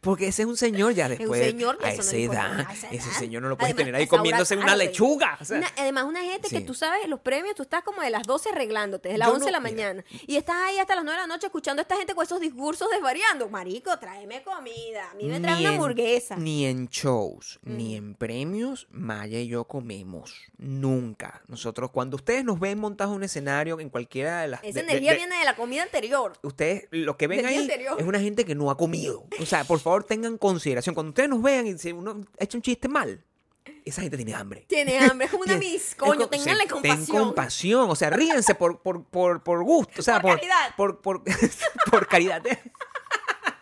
S2: Porque ese es un señor ya
S1: Es un
S2: después.
S1: señor que
S2: a,
S1: eso no
S2: esa
S1: le importa,
S2: edad,
S1: a esa
S2: Ese
S1: edad.
S2: señor no lo puedes
S1: Además, pues
S2: tener ahí
S1: esa hora
S2: comiéndose una
S1: árabe.
S2: lechuga. o sea,
S1: Una- además, una gente que
S2: sí.
S1: tú sabes, los premios, tú estás como de las 12 arreglándote, de las
S2: Yo
S1: 11 de
S2: no-
S1: la
S2: mira.
S1: mañana. Y estás ahí hasta las 9 de la noche escuchando a esta gente con esos discursos desvariando. Marico, tráeme comida. A mí me trae una
S2: ni en-
S1: hamburguesa. Mm.
S2: Ni en shows, ni en premios, Maya y yo comemos. Nunca. Nosotros, cuando ustedes nos ven montados en un escenario, en cualquiera de las.
S1: Esa
S2: de- de-
S1: energía
S2: de-
S1: viene de la comida anterior.
S2: Ustedes, lo que ven
S1: del día
S2: ahí
S1: anterior.
S2: es una gente que no ha comido. O sea, por favor, tengan consideración. Cuando ustedes nos vean y si uno ha hecho un chiste mal, esa gente tiene hambre.
S1: Tiene hambre, es una
S2: Tiene-
S1: mis.
S2: es
S1: Coño,
S2: co-
S1: tenganle
S2: se-
S1: compasión.
S2: Ten compasión. O sea, ríense por, por, por, por gusto. O sea,
S1: Por
S2: por,
S1: caridad.
S2: Por, por, por caridad.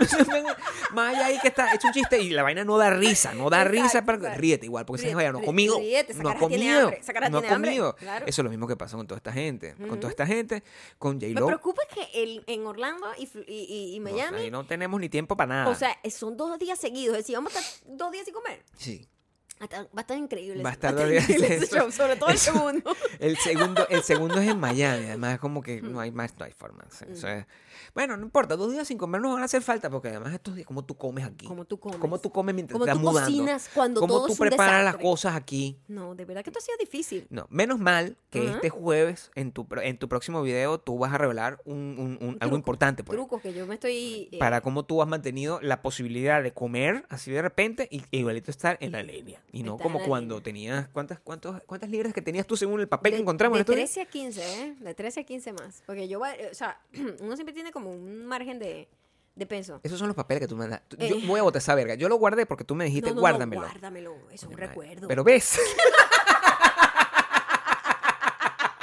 S2: Entonces, ven, Maya ahí que está hecho un chiste y la vaina no da risa, no da
S1: Exacto,
S2: risa, para,
S1: exacto.
S2: ríete igual, porque esa
S1: Ríete,
S2: vaina no ha
S1: rí-
S2: comido,
S1: ríete, esa
S2: no ha
S1: cara tiene
S2: comido,
S1: hambre, esa cara
S2: no ha
S1: tiene hambre,
S2: comido.
S1: claro.
S2: Eso es lo mismo que pasó con toda esta gente, con toda esta gente, con J
S1: Me
S2: Lo.
S1: preocupa que el- en Orlando y, Fl- y- y- y
S2: No,
S1: Miami,
S2: ahí no tenemos ni tiempo para nada.
S1: o sea, son dos días seguidos. Es decir, vamos a estar dos días sin comer.
S2: sí.
S1: Hasta- Va a estar increíble.
S2: Va a
S1: ese-
S2: estar dos días
S1: increíble
S2: de
S1: ese
S2: eso.
S1: show, sobre todo el
S2: Eso-
S1: segundo.
S2: El segundo, el segundo es en Miami, además es como que
S1: Mm.
S2: no hay más, no hay forma. o sea, eso es- bueno, no importa, dos días sin comer nos van a hacer falta, porque además estos días, ¿cómo tú comes aquí?
S1: Cómo tú comes.
S2: ¿Cómo tú comes mientras
S1: Cómo
S2: estás
S1: tú
S2: mudando?
S1: cocinas cuando
S2: ¿Cómo
S1: todo
S2: tú
S1: es un
S2: preparas las
S1: desastre?
S2: cosas aquí?
S1: No, de verdad que esto ha sido difícil.
S2: No, menos mal que
S1: Ajá.
S2: este jueves, en tu, pro- en tu próximo video, tú vas a revelar un, un- un- algo
S1: truco,
S2: importante. pues,
S1: Trucos que yo me estoy. eh,
S2: Para cómo tú has mantenido la posibilidad de comer así de repente y y igualito estar en la línea. Y no
S1: Estar en
S2: como
S1: la
S2: cuando
S1: línea.
S2: tenías. ¿cuántas, cuántos, ¿Cuántas libras que tenías tú según el papel que encontramos en
S1: de
S2: estos días?
S1: 13 a 15, ¿eh? De 13 a 15 más. Porque yo, va- eh, o sea, uno siempre tiene como un margen de, de peso.
S2: Esos son los papeles que tú mandas. Tú-
S1: Eh.
S2: Yo voy a botar esa verga. Yo lo guardé porque tú me dijiste,
S1: No, no, no,
S2: guárdamelo.
S1: guárdamelo. Es un
S2: Coño, madre.
S1: recuerdo.
S2: Pero ves,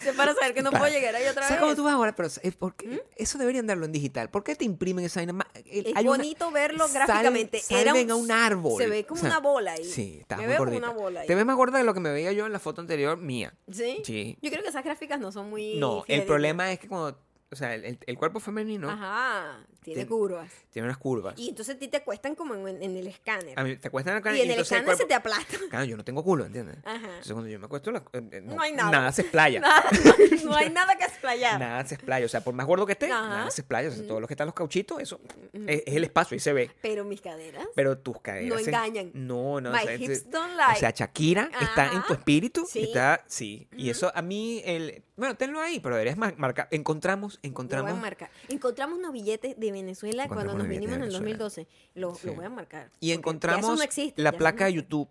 S1: Se para saber que no puedo llegar ahí otra vez. ¿Mm?
S2: ¿sabes cómo tú vas ahora? Pero es porque eso deberían darlo en digital. ¿Por qué te imprimen esa vaina? Ma- el-
S1: Es
S2: hay una-
S1: bonito verlo
S2: sal-
S1: gráficamente. Era
S2: salven
S1: un-
S2: a un árbol.
S1: se ve como una bola ahí.
S2: Sí, está
S1: Me
S2: muy
S1: veo como
S2: gordita.
S1: una bola ahí.
S2: Te ves más gorda de lo que me veía yo en la foto anterior mía.
S1: ¿Sí?
S2: Sí.
S1: Yo creo que esas gráficas no son muy.
S2: No, el
S1: fidedignas.
S2: problema es que cuando. O sea, el, el cuerpo femenino
S1: Ajá. Tiene
S2: Tien-
S1: curvas.
S2: Tiene unas curvas.
S1: Y entonces a ti te acuestan como en, en el escáner.
S2: A mí te cuestan acá
S1: y en el
S2: entonces
S1: escáner se te aplasta.
S2: cuerpo- Claro, yo no tengo culo, ¿entiendes?
S1: Ajá.
S2: Entonces cuando yo me acuesto, la- eh, eh, no,
S1: No hay nada.
S2: se explaya.
S1: Nada, no hay nada que explayar.
S2: Nada se explaya. O sea, por más gordo que esté,
S1: Ajá. Mm-hmm.
S2: nada se explaya. O sea, todos los que están los cauchitos, eso es, es el espacio, ahí se ve.
S1: Pero mis caderas.
S2: Pero tus caderas. se-
S1: engañan.
S2: No, no.
S1: My
S2: o sea,
S1: hips
S2: se-
S1: don't lie.
S2: O sea, Shakira está en tu
S1: Ajá.
S2: espíritu.
S1: Sí. Mm-hmm.
S2: Y está, sí. Y eso a mí, el, bueno, tenlo ahí, pero deberías mar- marcar. Encontramos,
S1: Lo voy
S2: encontramos.
S1: a marcar. Encontramos unos billetes de Venezuela cuando
S2: Encontramos
S1: nos
S2: unos billetes
S1: vinimos en
S2: de
S1: el
S2: Venezuela.
S1: 2012. Lo,
S2: Sí.
S1: lo voy a marcar.
S2: y
S1: porque ya eso
S2: encontramos
S1: no existe, ya
S2: la
S1: eso no
S2: placa de
S1: existe.
S2: YouTube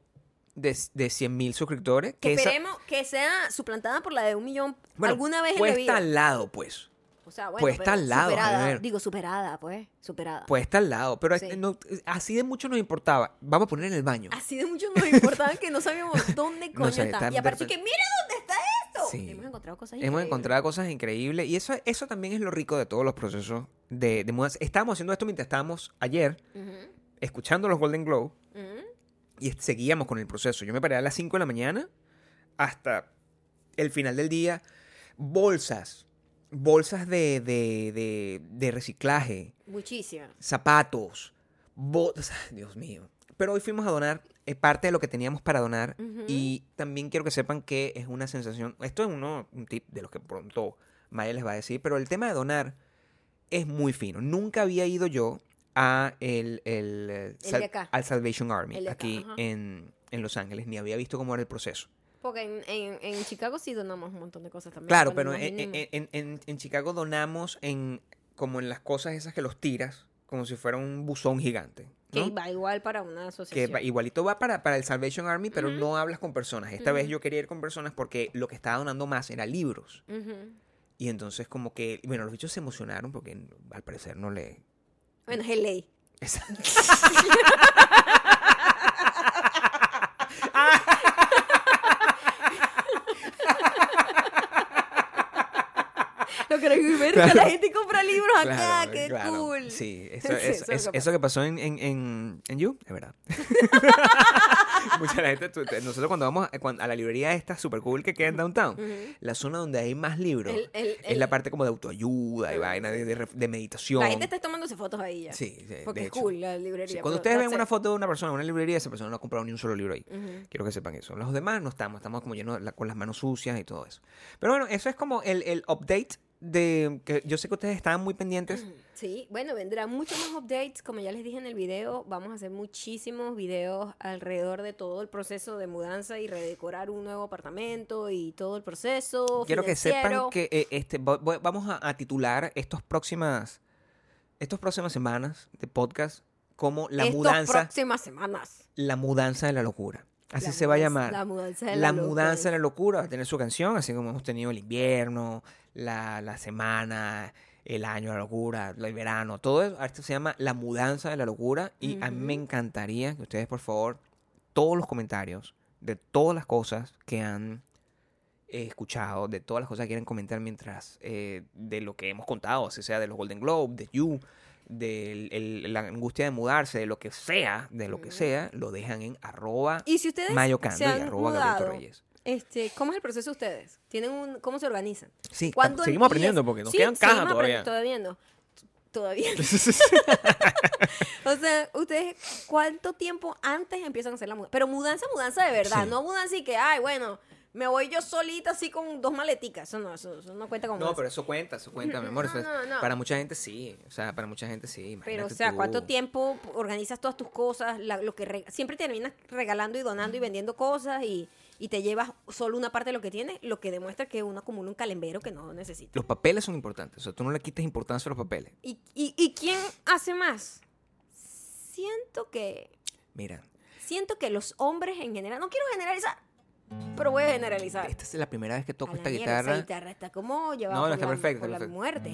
S2: de, de 100.000 suscriptores.
S1: Que,
S2: esa-
S1: esperemos que sea suplantada por la de un millón
S2: bueno,
S1: alguna vez en la
S2: Pues
S1: vida.
S2: está al lado, pues.
S1: o sea, bueno,
S2: pues está
S1: pero
S2: al lado, a
S1: superada,
S2: ver.
S1: Digo, superada, pues. Superada.
S2: Pues está al lado. Pero
S1: Sí.
S2: eh, no- así de mucho nos importaba. Vamos a poner en el baño.
S1: Así de mucho nos importaba que no sabíamos dónde coño
S2: sé,
S1: está.
S2: tan
S1: Y aparte
S2: de-
S1: que, mira dónde está esto.
S2: Sí.
S1: Hemos encontrado cosas
S2: Hemos
S1: increíbles.
S2: encontrado cosas increíbles y eso, eso también es lo rico de todos los procesos de, de mudanza. Estábamos haciendo esto mientras estábamos ayer
S1: Ujú,
S2: escuchando los Golden Glow
S1: ujú.
S2: y seguíamos con el proceso. Yo me paré a las 5 de la mañana hasta el final del día. Bolsas, bolsas de, de, de, de reciclaje,
S1: Muchísimas.
S2: zapatos, botas. Dios mío. Pero hoy fuimos a donar eh, parte de lo que teníamos para donar
S1: Ujú.
S2: y también quiero que sepan que es una sensación. Esto es uno, un tip de los que pronto Maya les va a decir, pero el tema de donar es muy fino. Nunca había ido yo a el, el, eh,
S1: de
S2: sal-
S1: acá.
S2: al Salvation Army
S1: El de acá,
S2: aquí
S1: ajá.
S2: en, en Los Ángeles, ni había visto cómo era el proceso.
S1: Porque en, en, en Chicago sí donamos un montón de cosas también.
S2: Claro,
S1: bueno,
S2: pero
S1: lo
S2: en,
S1: mínimo.
S2: en- en- en- en Chicago donamos en como en las cosas esas que los tiras, como si fuera un buzón gigante.
S1: que
S2: ¿no?
S1: va igual para una
S2: que
S1: asociación.
S2: va- igualito va para, para el Salvation Army, pero
S1: Ujú.
S2: no hablas con personas. Esta vez
S1: Ujú.
S2: yo quería ir con personas porque lo que estaba donando más era libros.
S1: Ujú.
S2: Y entonces como que, bueno, los bichos se emocionaron porque n- al parecer no le...
S1: Bueno, es ley.
S2: Esa-
S1: Lo que nos ver
S2: Claro.
S1: la gente compra libros acá,
S2: Claro,
S1: Ah, qué
S2: claro.
S1: cool.
S2: Sí, eso,
S1: Sí, eso
S2: eso-
S1: es lo
S2: eso-
S1: que
S2: eso que pasó en, en, en, en You, es verdad. Mucha la gente, tú- te- nosotros cuando vamos a, cuan- a la librería esta super cool que queda en Downtown,
S1: Ujú.
S2: la zona donde hay más libros
S1: El- el-
S2: es la
S1: el-
S2: parte como de autoayuda y vaina de, de ref- de meditación.
S1: La gente está tomándose fotos ahí ya.
S2: Sí, sí,
S1: Porque
S2: de
S1: es
S2: hecho.
S1: cool la
S2: Sí,
S1: librería.
S2: cuando
S1: pero
S2: ustedes ven
S1: that's
S2: una
S1: it.
S2: foto de una persona en una librería, esa persona no ha comprado ni un solo libro ahí.
S1: Ujú.
S2: Quiero que sepan eso. Los demás no estamos, estamos como llenos la- con las manos sucias y todo eso. Pero bueno, eso es como el, el update de que yo sé que ustedes estaban muy pendientes.
S1: Sí, bueno, vendrán muchos más updates. Como ya les dije en el video, vamos a hacer muchísimos videos alrededor de todo el proceso de mudanza y redecorar un nuevo apartamento y todo el proceso.
S2: Quiero que sepan
S1: financiero.
S2: que eh, este, vo- vo- vamos a, a titular estos próximas, estas próximas semanas de podcast como la
S1: Estas
S2: mudanza,
S1: próximas semanas.
S2: la mudanza de la locura. Así
S1: La
S2: se va a
S1: mudanza-
S2: llamar.
S1: La mudanza de
S2: La
S1: locura.
S2: mudanza de la locura va a tener su canción, así como hemos tenido el invierno, la, la semana, el año de la locura, el verano, todo eso. Esto se llama La mudanza de la locura y a mí me encantaría que ustedes, por favor, todos los comentarios de todas las cosas que han eh, escuchado, de todas las cosas que quieren comentar mientras, eh, de lo que hemos contado, así sea de los Golden Globe, de You, de la angustia de mudarse, de lo que sea, de lo que
S1: Ujú.
S2: sea, lo dejan en arroba
S1: Y si ustedes
S2: mayocando
S1: se
S2: y
S1: han
S2: arroba Gabriel
S1: mudado,
S2: Torreyes.
S1: Este, ¿Cómo es el proceso de ustedes? ¿Tienen un, ¿Cómo se organizan?
S2: Sí,
S1: ¿Cuándo
S2: tam- seguimos
S1: empieza?
S2: aprendiendo porque nos
S1: Sí,
S2: quedan cajas
S1: seguimos
S2: todavía.
S1: aprendiendo, Todavía no. Todavía no. O sea, ustedes, ¿cuánto tiempo antes empiezan a hacer la mudanza? Pero mudanza, mudanza de verdad.
S2: Sí.
S1: No mudanza y que, ay, bueno, me voy yo solita así con dos maleticas. Eso no, eso, eso no cuenta como
S2: no,
S1: mudanza.
S2: pero eso cuenta, eso cuenta, mi amor.
S1: No,
S2: eso es-
S1: no, no.
S2: Para mucha gente sí, o sea, para mucha gente sí.
S1: Pero, o
S2: imagínate
S1: sea,
S2: tú.
S1: ¿cuánto tiempo organizas todas tus cosas? La- lo que re- siempre terminas regalando y donando y vendiendo cosas y, y te llevas solo una parte de lo que tienes, lo que demuestra que uno acumula un calembero que no necesita.
S2: Los papeles son importantes, o sea, tú no le quites importancia a los papeles.
S1: ¿Y, y, y quién hace más? Siento que
S2: Mira,
S1: siento que los hombres en general, no quiero generalizar, pero voy a generalizar.
S2: esta es la primera vez que toco
S1: A la
S2: esta
S1: mierda, esa
S2: guitarra.
S1: guitarra está como llevada
S2: No, no,
S1: por
S2: está
S1: la-
S2: perfecta,
S1: por la
S2: perfecta.
S1: muerte.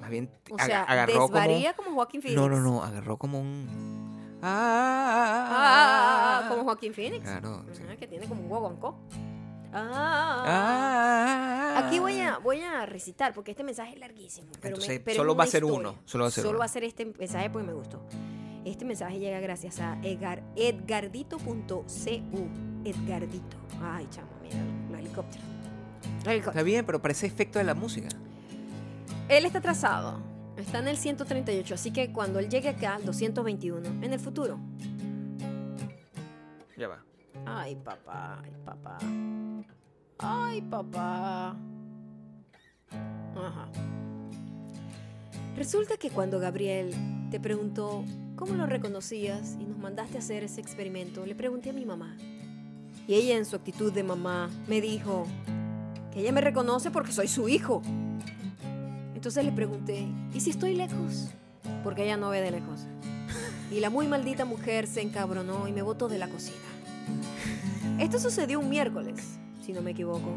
S2: Más bien
S1: O
S2: aga-
S1: sea,
S2: agarró como
S1: desvaría como, Joaquin Phoenix.
S2: No, no, no, agarró como un
S1: Ah, como Joaquin Phoenix.
S2: Claro, sí.
S1: Ajá, que tiene como un guaguancó. Ah,
S2: Ah.
S1: Aquí voy a, voy a recitar porque este mensaje es larguísimo. Pero me-
S2: Entonces,
S1: pero es
S2: solo
S1: una
S2: va a ser
S1: historia.
S2: uno, solo va a ser uno.
S1: este mensaje porque me gustó. Este mensaje llega gracias a Edgar, edgardito.cu. Edgardito. Ay, chamo, mira, los helicópteros. Los helicópteros.
S2: Está bien, pero parece efecto de la música.
S1: Él está atrasado. Está en el 138, así que cuando él llegue acá, 221, en el futuro.
S2: Ya va.
S1: Ay, papá, ay, papá. Ay, papá. Ajá. Resulta que cuando Gabriel te preguntó cómo lo reconocías y nos mandaste a hacer ese experimento, le pregunté a mi mamá. Y ella en su actitud de mamá me dijo que ella me reconoce porque soy su hijo. Entonces le pregunté, ¿y si estoy lejos? Porque ella no ve de lejos. Y la muy maldita mujer se encabronó y me botó de la cocina. Esto sucedió un miércoles, si no me equivoco.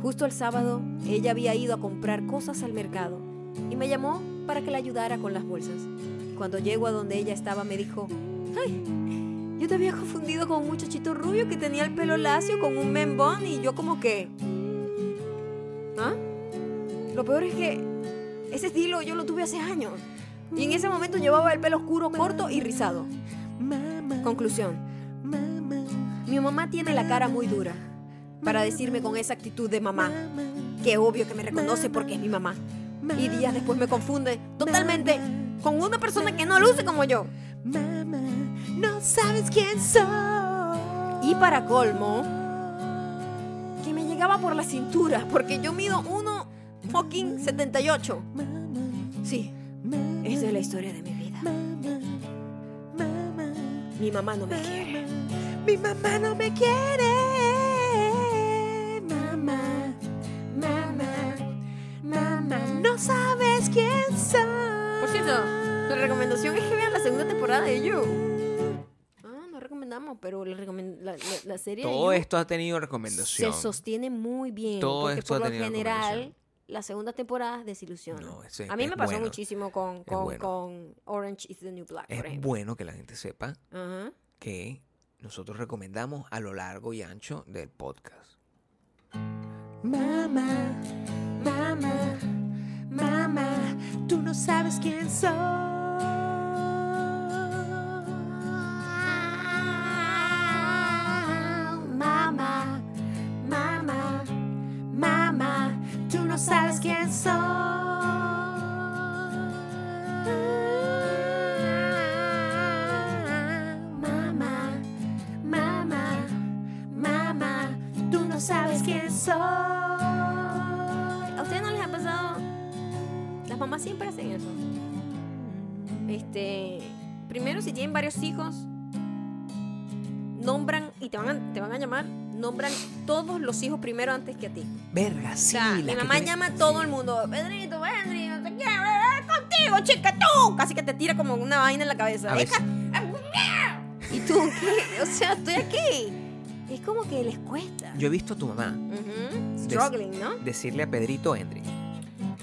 S1: Justo el sábado, ella había ido a comprar cosas al mercado y me llamó para que la ayudara con las bolsas. Cuando llego a donde ella estaba, me dijo, ¡ay! Yo te había confundido con un muchachito rubio que tenía el pelo lacio con un membón y yo como que... ¿Ah? Lo peor es que ese estilo yo lo tuve hace años. Y en ese momento llevaba el pelo oscuro, corto y rizado. Conclusión. Mi mamá tiene la cara muy dura para decirme con esa actitud de mamá, que obvio que me reconoce porque es mi mamá. Y días después me confunde totalmente con una persona que no luce como yo.
S3: Mamá, no sabes quién soy.
S1: Y para colmo, que me llegaba por la cintura porque yo mido 1 fucking 78.
S3: Mamá,
S1: Sí,
S3: mamá,
S1: esa es la historia de mi vida.
S3: mamá, mamá,
S1: Mi mamá no me quiere.
S3: mamá. Mi mamá no me quiere. Mamá, mamá, mamá, no sabes quién soy.
S1: Por cierto, la recomendación es que vean la segunda temporada de You. Ah, no recomendamos, pero la, recomen- la- la- la serie de You
S2: Todo esto ha tenido
S1: se
S2: recomendación.
S1: sostiene muy bien.
S2: Todo
S1: porque
S2: esto
S1: por
S2: ha
S1: lo
S2: tenido
S1: general,
S2: recomendación.
S1: la segunda temporada desilusiona.
S2: No, ese-
S1: A mí
S2: es
S1: me pasó
S2: bueno.
S1: muchísimo con, con,
S2: bueno.
S1: con Orange is the New Black, por
S2: Es
S1: ejemplo.
S2: bueno que la gente sepa
S1: Ajá.
S2: que nosotros recomendamos a lo largo y ancho del podcast.
S3: Mamá, mamá, mamá, tú no sabes quién soy. Mamá, mamá, mamá, tú no sabes quién soy. Mamá, mamá. Mamá, tú no sabes quién soy.
S1: ¿A ustedes no les ha pasado? Las mamás siempre hacen eso. Este, primero si tienen varios hijos, nombran y te van a, te van a llamar, nombran todos los hijos primero antes que a ti.
S2: Verga,
S1: O
S2: sí.
S1: sea,
S2: las
S1: mi
S2: que
S1: mamá
S2: tienen-
S1: llama a todo el mundo, Pedrito, Pedri, no te quiero hablar contigo, chica, tú. Casi que te tira como una vaina en la cabeza.
S2: A
S1: Deja-
S2: veces-
S1: Y tú, ¿qué? O sea, estoy aquí. Es como que les cuesta.
S2: Yo he visto a tu mamá
S1: Ujú. Struggling, ¿no?
S2: decirle a Pedrito Endry.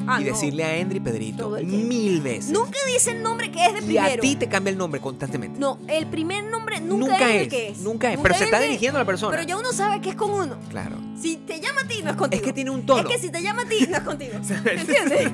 S1: Ah,
S2: y
S1: no.
S2: decirle a Endry Pedrito
S1: Todo el tiempo.
S2: mil veces.
S1: Nunca dice el nombre que es de
S2: y
S1: primero.
S2: a ti te cambia el nombre constantemente.
S1: No, el primer nombre nunca,
S2: Nunca
S1: es, el
S2: es,
S1: que es.
S2: nunca es, pero se está
S1: el que-
S2: dirigiendo a la persona.
S1: Pero ya uno sabe que es con uno.
S2: Claro.
S1: Si te llama a ti, no es contigo.
S2: Es que tiene un tono.
S1: Es que si te llama a ti, no es contigo. ¿Entiendes?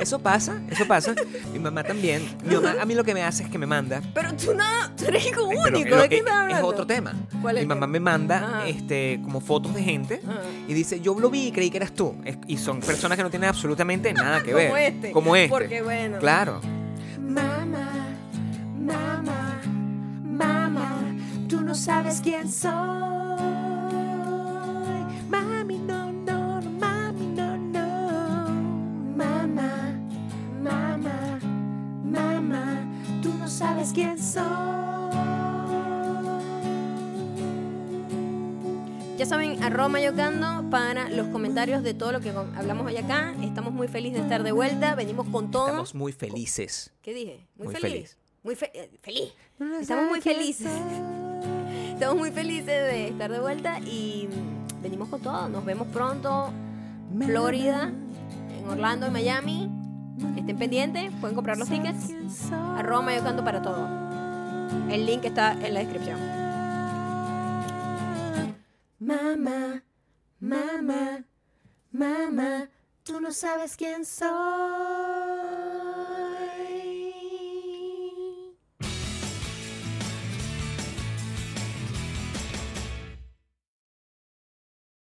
S2: Eso pasa, eso pasa. Mi mamá también. Mi mamá a mí lo que me hace es que me manda.
S1: Pero tú, no, tú eres hijo
S2: Pero
S1: único.
S2: lo
S1: ¿De
S2: que-
S1: qué estás hablando?
S2: es otro tema.
S1: ¿Cuál es
S2: Mi
S1: el tema? Ah.
S2: mamá me manda
S1: Ajá.
S2: este, como fotos de gente
S1: Ajá.
S2: y dice, yo lo vi y creí que eras tú. Es- y son personas que no tienen absolutamente nada que ver.
S1: Como este.
S2: Como este.
S1: Porque bueno.
S2: Claro.
S3: Mamá, mamá, mamá, tú no sabes quién soy. Mami, no, no, no, mami, no, no. Mamá, mamá, mamá, tú no sabes quién soy.
S1: Ya saben, arroba mayocando para los comentarios de todo lo que hablamos hoy acá. Estamos muy felices de estar de vuelta. Venimos con todo.
S2: Estamos muy felices.
S1: ¿Qué dije? Muy,
S2: Muy
S1: feliz.
S2: feliz.
S1: Muy fe- eh, feliz.
S3: Tú no
S1: Estamos muy
S3: sabes quién
S1: felices.
S3: soy.
S1: Estamos muy felices de estar de vuelta y mm, venimos con todo. Nos vemos pronto. Florida, en Orlando, en Miami. Estén pendientes, pueden comprar los tickets. Arroba Mayocando para todo. El link está en la descripción.
S3: Mamá, mamá, mamá, tú no sabes quién soy.